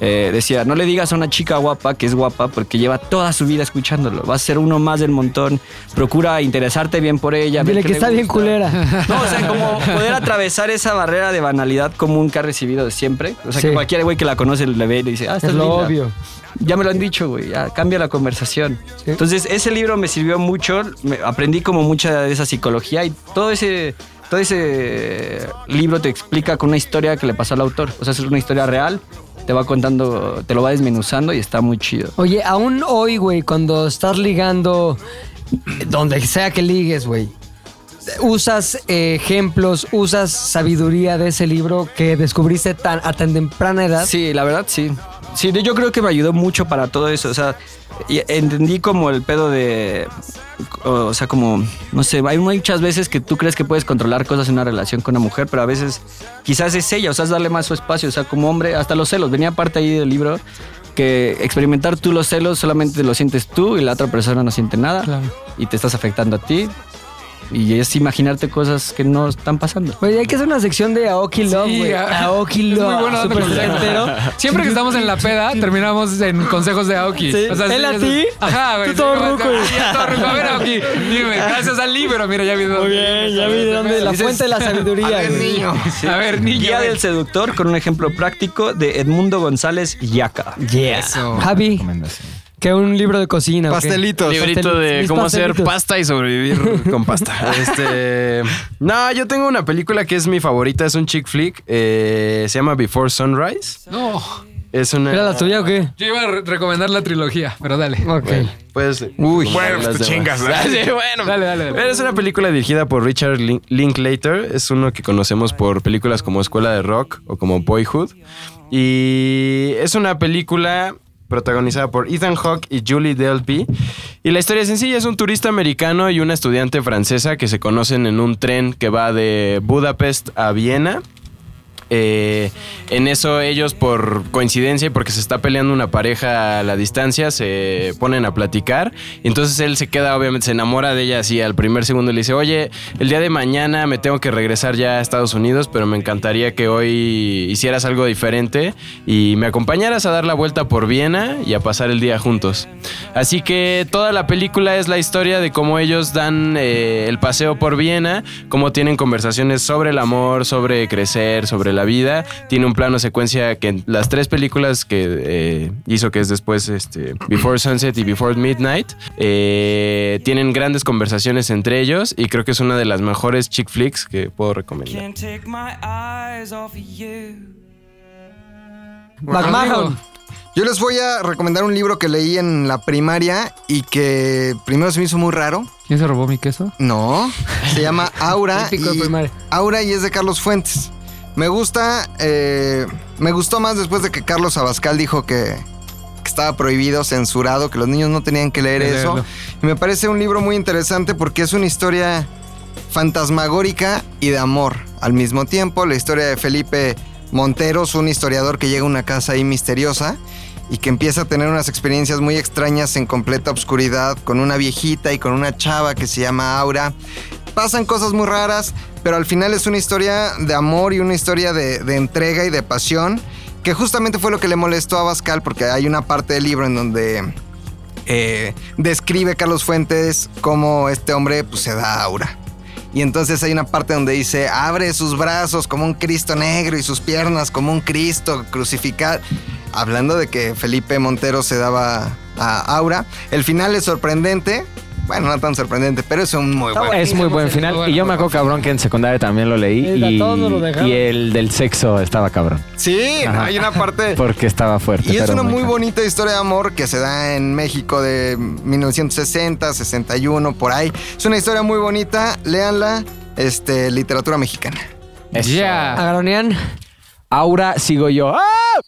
S12: eh, decía, no le digas a una chica guapa que es guapa porque lleva toda su vida escuchándolo. Va a ser uno más del montón. Procura interesarte bien por ella. ver
S2: Dile
S12: qué
S2: que
S12: le
S2: está bien
S12: gusta.
S2: culera.
S12: No, o sea, como poder atravesar esa barrera de banalidad común que ha recibido de siempre. O sea,
S2: Sí.
S12: que cualquier güey que la conoce le ve y le dice, ah,
S2: Es
S12: estás
S2: lo
S12: linda".
S2: obvio.
S12: Ya me lo han dicho, güey, ya cambia la conversación. Entonces, ese libro me sirvió mucho, me- aprendí como mucha de esa psicología y todo ese, todo ese libro te explica con una historia que le pasó al autor. O sea, es una historia real, te va contando, te lo va desmenuzando y está muy chido.
S2: Oye, aún hoy, güey, cuando estás ligando, eh, donde sea que ligues, güey, usas eh, ejemplos, usas sabiduría de ese libro que descubriste tan, a tan temprana edad.
S12: Sí, la verdad, sí. Sí, de- yo creo que me ayudó mucho para todo eso. O sea, y entendí como el pedo de. O sea, como. No sé, hay muchas veces que tú crees que puedes controlar cosas en una relación con una mujer, pero a veces quizás es ella, o sea, es darle más su espacio. O sea, como hombre, hasta los celos. Venía parte ahí del libro que experimentar tú los celos solamente lo sientes tú y la otra persona no siente nada. Y te estás afectando a ti. Y es imaginarte cosas que no están pasando.
S2: Güey, hay que hacer una sección de Aoki Love, güey.
S9: a-
S2: Aoki
S9: Es
S2: Love.
S9: muy bueno dando
S2: súper
S9: consejos.
S2: setentero.
S9: Siempre que estamos en la peda, terminamos en consejos de Aoki.
S2: Sí.
S9: sí,
S2: ¿Él a ti?
S9: ya sabes. Ajá, güey.
S2: Tú todo
S9: sí,
S2: ruco,
S9: acá,
S2: güey.
S9: sí, ya todo ruco. A ver, Aoki, dime, gracias al libro. Mira, ya vi dónde. Muy bien,
S2: ya vi de dónde, la fuente de la sabiduría, A ver, güey. niño.
S12: Sí. Guía del seductor con un ejemplo práctico de Edmundo González Yaca.
S2: Yeah. Javi, que un libro de cocina. ¿o qué?
S11: Librito
S2: Pastel-
S11: de
S2: mis
S11: cómo hacer
S2: pastelitos.
S11: pasta y sobrevivir con pasta. Este. No, yo tengo una película que es mi favorita, es un chick flick. eh, se llama Before Sunrise.
S9: No.
S11: Es una.
S9: ¿Era la
S2: tuya o qué?
S9: Yo iba a re- recomendar la trilogía, pero dale.
S2: Ok.
S11: Pues.
S5: Uy. Bueno,
S11: las
S5: pues te
S11: demás.
S5: chingas, ¿verdad?
S11: Sí, bueno.
S9: Dale, dale. dale.
S11: Es una película dirigida por Richard Lin- Linklater. Es uno que conocemos por películas como Escuela de Rock o como Boyhood. Y es una película protagonizada por Ethan Hawke y Julie Delpy. Y la historia es sencilla, es un turista americano y una estudiante francesa que se conocen en un tren que va de Budapest a Viena. Eh, en eso ellos por coincidencia y porque se está peleando una pareja a la distancia se ponen a platicar. Entonces él se queda, obviamente, se enamora de ella así al primer segundo y le dice, oye, el día de mañana me tengo que regresar ya a Estados Unidos, pero me encantaría que hoy hicieras algo diferente y me acompañaras a dar la vuelta por Viena y a pasar el día juntos. Así que toda la película es la historia de cómo ellos dan eh, el paseo por Viena, cómo tienen conversaciones sobre el amor, sobre crecer, sobre la vida. Tiene un plano secuencia que en las tres películas que eh, hizo, que es después este, Before Sunset y Before Midnight, eh, tienen grandes conversaciones entre ellos y creo que es una de las mejores chick flicks que puedo recomendar.
S9: Can't take my eyes off of you.
S7: McMahon. Yo les voy a recomendar un libro que leí en la primaria y que primero se me hizo muy raro.
S14: ¿Quién se robó mi queso?
S7: No, se llama Aura.
S14: Típico de
S7: Ah, y-
S14: primaria.
S7: Aura y es de Carlos Fuentes. Me gusta, eh, me gustó más después de que Carlos Abascal dijo que, que estaba prohibido, censurado, que los niños no tenían que leer
S14: Que
S7: eso.
S14: leerlo.
S7: Y me parece un libro muy interesante porque es una historia fantasmagórica y de amor al mismo tiempo. La historia de Felipe Monteros, un historiador que llega a una casa ahí misteriosa y que empieza a tener unas experiencias muy extrañas en completa obscuridad con una viejita y con una chava que se llama Aura. Pasan cosas muy raras, pero al final es una historia de amor y una historia de, de entrega y de pasión, que justamente fue lo que le molestó a Bascal, porque hay una parte del libro en donde eh, describe Carlos Fuentes cómo este hombre pues, se da aura. Y entonces hay una parte donde dice, abre sus brazos como un Cristo negro y sus piernas como un Cristo crucificado. Hablando de que Felipe Montero se daba a aura. El final es sorprendente. Bueno, no tan sorprendente, pero es un muy buen
S6: Es muy buen final. Y yo me acuerdo cabrón que en secundaria también lo leí.
S7: El de
S6: Y,
S7: todos lo dejaron.
S6: y el del sexo estaba cabrón.
S7: Sí,
S6: Ajá.
S7: hay una parte...
S6: Porque estaba fuerte.
S7: Y es
S6: pero
S7: una
S6: muy
S7: muy
S6: cabrón.
S7: bonita historia de amor que se da en México de 1960, 61, por ahí. Es una historia muy bonita, léanla, este, literatura mexicana.
S6: Eso.
S15: Agaronian.
S6: Aura, sigo yo. ¡Ah!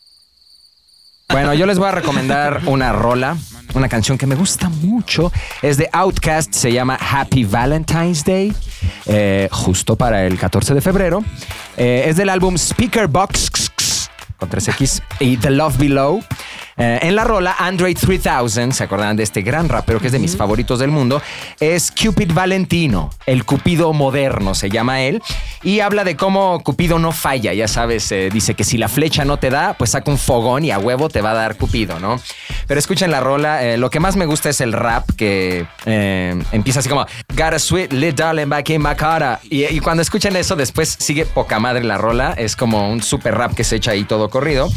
S6: Bueno, yo les voy a recomendar una rola, una canción que me gusta mucho. Es de Outcast, se llama Happy Valentine's Day, eh, justo para el 14 de febrero. Eh, es del álbum Speaker Box con 3X y The Love Below. Eh, en la rola, Andre 3000, ¿se acuerdan de este gran rapero que es de mis favoritos del mundo? Es Cupid Valentino, el Cupido moderno, se llama él, y habla de cómo Cupido no falla, ya sabes, eh, dice que si la flecha no te da, pues saca un fogón y a huevo te va a dar Cupido, ¿no? Pero escuchen la rola, eh, lo que más me gusta es el rap que eh, empieza así como, Got a sweet little darling back in my cara. Y, y cuando escuchan eso, después sigue poca madre la rola, es como un super rap que se echa ahí todo corrido.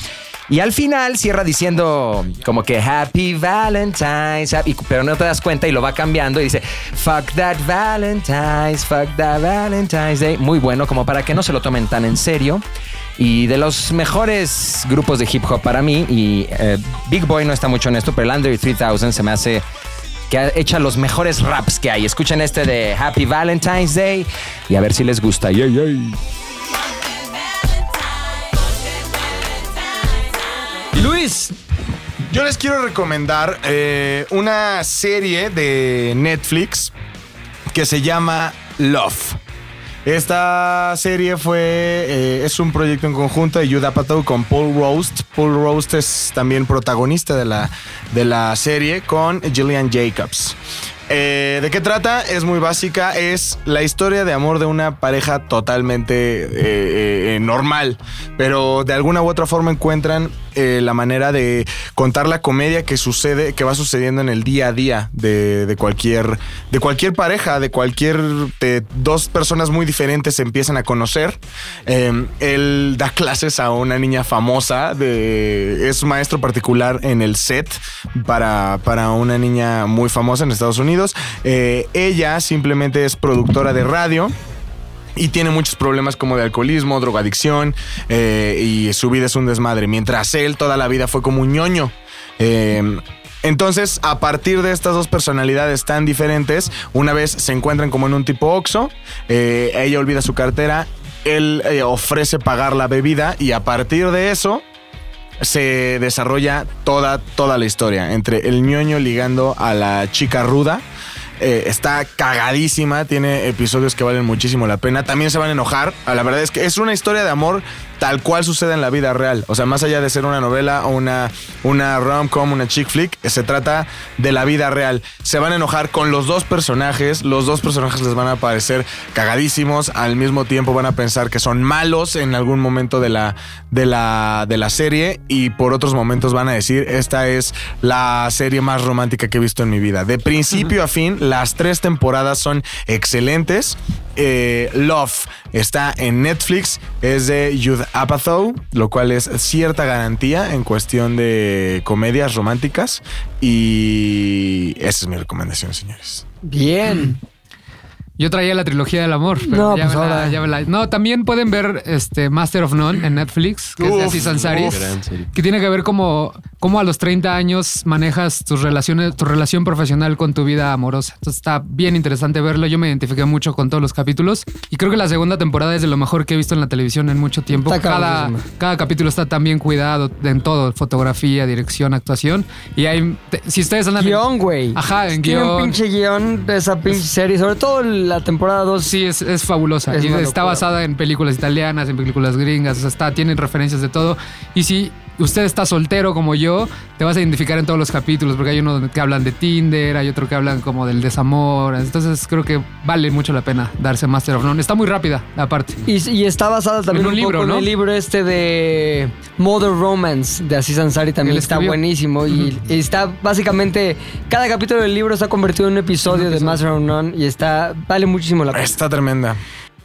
S6: Y al final cierra diciendo como que Happy Valentine's, happy- pero no te das cuenta y lo va cambiando y dice Fuck that Valentine's, fuck that Valentine's Day. Muy bueno, como para que no se lo tomen tan en serio. Y de los mejores grupos de hip hop para mí, y eh, Big Boy no está mucho en esto, pero el Under 3000 se me hace que ha- echa los mejores raps que hay. Escuchen este de Happy Valentine's Day y a ver si les gusta. Yay, yay.
S15: Luis.
S5: Yo les quiero recomendar eh, una serie de Netflix que se llama Love. Esta serie fue, eh, es un proyecto en conjunto de Judd Apatow con Paul Roast. Paul Roast es también protagonista de la, de la serie con Gillian Jacobs. Eh, ¿De qué trata? Es muy básica. Es la historia de amor de una pareja totalmente eh, eh, normal, pero de alguna u otra forma encuentran eh, la manera de contar la comedia que sucede, que va sucediendo en el día a día de, de cualquier, de cualquier pareja, de cualquier de dos personas muy diferentes se empiezan a conocer. Eh, él da clases a una niña famosa, de, es maestro particular en el set para, para una niña muy famosa en Estados Unidos. Eh, ella simplemente es productora de radio y tiene muchos problemas como de alcoholismo, drogadicción eh, y su vida es un desmadre. Mientras él toda la vida fue como un ñoño. Eh, entonces, a partir de estas dos personalidades tan diferentes, una vez se encuentran como en un tipo Oxxo, eh, ella olvida su cartera, él eh, ofrece pagar la bebida y a partir de eso se desarrolla toda, toda la historia entre el ñoño ligando a la chica ruda. Eh, está cagadísima, tiene episodios que valen muchísimo la pena. También se van a enojar. Ah, La verdad es que es una historia de amor tal cual sucede en la vida real. O sea, más allá de ser una novela o una, una rom-com, una chick flick, se trata de la vida real. Se van a enojar con los dos personajes, los dos personajes les van a parecer cagadísimos, al mismo tiempo van a pensar que son malos en algún momento de la, de la, de la serie y por otros momentos van a decir, esta es la serie más romántica que he visto en mi vida. De principio a fin, las tres temporadas son excelentes. Eh, Love está en Netflix, es de Judd Apatow, lo cual es cierta garantía en cuestión de comedias románticas. Y esa es mi recomendación, señores.
S2: Bien.
S9: Yo traía la trilogía del amor. Pero
S2: No,
S9: ya
S2: pues
S9: me la-
S2: ahora.
S9: ya me la- No, también pueden ver este Master of None en Netflix, que es de
S2: Uf,
S9: Aziz Ansari,
S2: uf. Gran serie.
S9: que tiene que ver como cómo a los 30 años manejas tus relaciones, tu relación profesional con tu vida amorosa. Entonces está bien interesante verlo. Yo me identifiqué mucho con todos los capítulos y creo que la segunda temporada es de lo mejor que he visto en la televisión en mucho tiempo.
S2: Está
S9: Cada,
S2: cabronísimo.
S9: cada capítulo está tan bien cuidado en todo, fotografía, dirección, actuación. Y hay, te- si ustedes andan... en-
S2: Guión, güey.
S9: Ajá, en
S2: Tiene un
S9: guión.
S2: pinche guión de esa pinche serie, sobre todo la temporada 2.
S9: Sí, es, es fabulosa.
S2: Es
S9: Y
S2: una
S9: está
S2: locura.
S9: basada en películas italianas, en películas gringas, o sea, está, tienen referencias de todo. Y si usted está soltero como yo, te vas a identificar en todos los capítulos, porque hay uno que hablan de Tinder, hay otro que hablan como del desamor. Entonces creo que vale mucho la pena darse Master of None. Está muy rápida, aparte.
S2: Y, y está basada también
S9: En
S2: un,
S9: un libro,
S2: poco
S9: ¿no?
S2: en el libro este de Modern Romance de Aziz Ansari también
S9: Él
S2: está
S9: escribió.
S2: buenísimo y, y está básicamente cada capítulo del libro está convertido en un episodio, de Master of None y está vale muchísimo la pena.
S5: Está tremenda.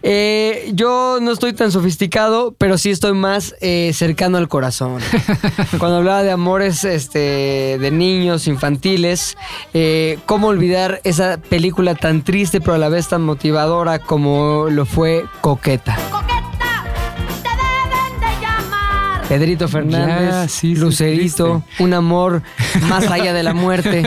S2: Eh, yo no estoy tan sofisticado, pero sí estoy más eh, cercano al corazón. Cuando hablaba de amores este, de niños, infantiles, eh, ¿cómo olvidar esa película tan triste pero a la vez tan motivadora como lo fue Coqueta? Pedrito Fernández,
S9: Ya,
S2: Lucerito, un amor más allá de la muerte.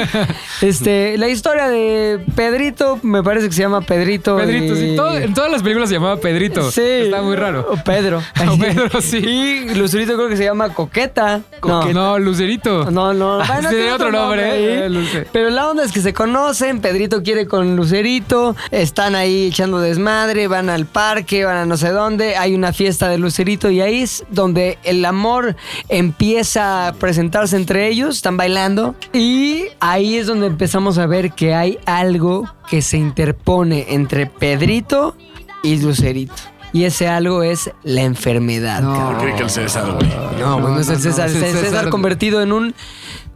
S2: Este, la historia de Pedrito, me parece que se llama Pedrito.
S9: Pedrito,
S2: y-
S9: sí, todo- en todas las películas se llamaba Pedrito.
S2: Sí.
S9: Está muy raro.
S2: O Pedro.
S9: O Pedro, sí.
S2: Y Lucerito creo que se llama Coqueta.
S9: No,
S2: No.
S9: Lucerito.
S2: No, no. Bueno,
S9: Tiene
S2: tiene
S9: otro nombre.
S2: ahí.
S9: eh, Luce.
S2: Pero la onda es que se conocen, Pedrito quiere con Lucerito, están ahí echando desmadre, van al parque, van a no sé dónde, hay una fiesta de Lucerito y ahí es donde el amor empieza a presentarse entre ellos, están bailando y ahí es donde empezamos a ver que hay algo que se interpone entre Pedrito y Lucerito. Y ese algo es la enfermedad. cabrón.
S5: Creí que el César, güey.
S2: No, pues no, es el César, es el César, convertido en un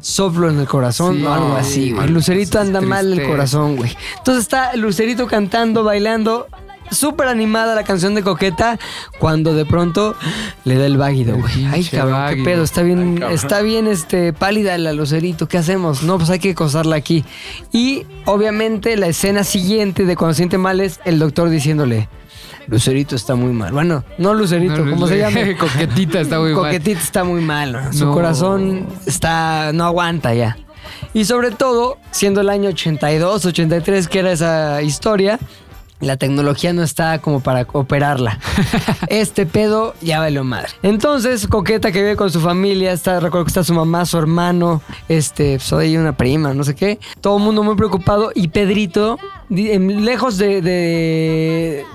S2: soplo en el corazón
S9: Sí,
S2: o algo
S9: no,
S2: así, güey.
S9: man,
S2: Lucerito anda mal el
S9: triste.
S2: corazón, güey. Entonces está Lucerito cantando, bailando, súper animada la canción de Coqueta, cuando de pronto le da el váguido, güey. Ay, cabrón,
S9: váguido.
S2: qué pedo, está bien, está bien este, pálida la Lucerito, ¿qué hacemos? No, pues hay que acosarla aquí. Y obviamente la escena siguiente de cuando se siente mal es el doctor diciéndole... Lucerito está muy mal. Bueno, no Lucerito,
S9: No,
S2: ¿cómo se llama?
S9: Coquetita está muy mal. Ah,
S2: Coquetita está muy mal. ¿no? Su
S9: No.
S2: corazón está. no aguanta ya. Y sobre todo, siendo el año 82, 83, que era esa historia, la tecnología no está como para operarla. Este pedo ya valió madre. Entonces, Coqueta que vive con su familia, está, recuerdo que está su mamá, su hermano, este, pues ahí una prima, no sé qué. Todo el mundo muy preocupado y Pedrito, di- em, lejos de, de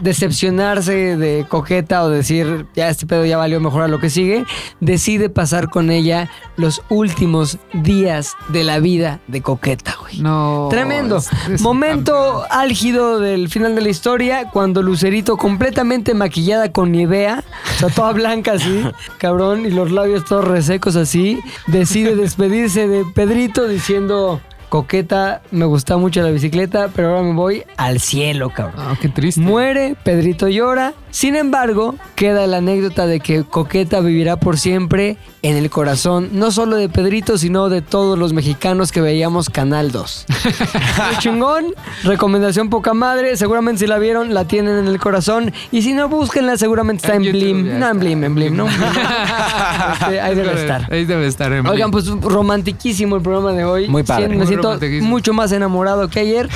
S2: decepcionarse de Coqueta o decir, ya este pedo ya valió mejor a lo que sigue, decide pasar con ella los últimos días de la vida de Coqueta, güey.
S9: No.
S2: Tremendo.
S9: es- es un
S2: Momento álgido del final de la historia, cuando Lucerito completamente maquillada con Nivea, o sea, toda blanca así, cabrón, y los labios todos resecos así, decide despedirse de Pedrito diciendo... Coqueta, me gusta mucho la bicicleta, pero ahora me voy al cielo, cabrón.
S9: Ah, qué triste.
S2: Muere, Pedrito llora. Sin embargo, queda la anécdota de que Coqueta vivirá por siempre en el corazón, no solo de Pedrito, sino de todos los mexicanos que veíamos Canal 2. Muy chingón. Recomendación poca madre. Seguramente si la vieron, la tienen en el corazón. Y si no, búsquenla, seguramente está en, Blim. No, en Blim, en Blim, ¿no? Este, ahí debe estar.
S9: Ahí debe estar. en
S2: Oigan, pues romantiquísimo el programa de hoy.
S9: Muy padre.
S2: Siento-
S9: Muy
S2: me siento
S9: romantiquísimo.
S2: mucho más enamorado que ayer.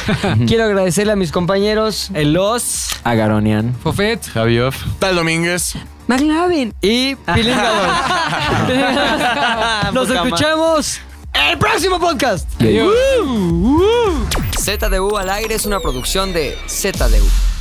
S2: Quiero agradecerle a mis compañeros. Los
S3: Agaronian.
S9: Fofet.
S11: Javier.
S5: Tal Domínguez.
S2: McLaren y Pilín Galón. Nos
S1: Poca madre.
S2: escuchamos el próximo podcast.
S1: Adiós.
S2: ZDU al aire es una producción de ZDU.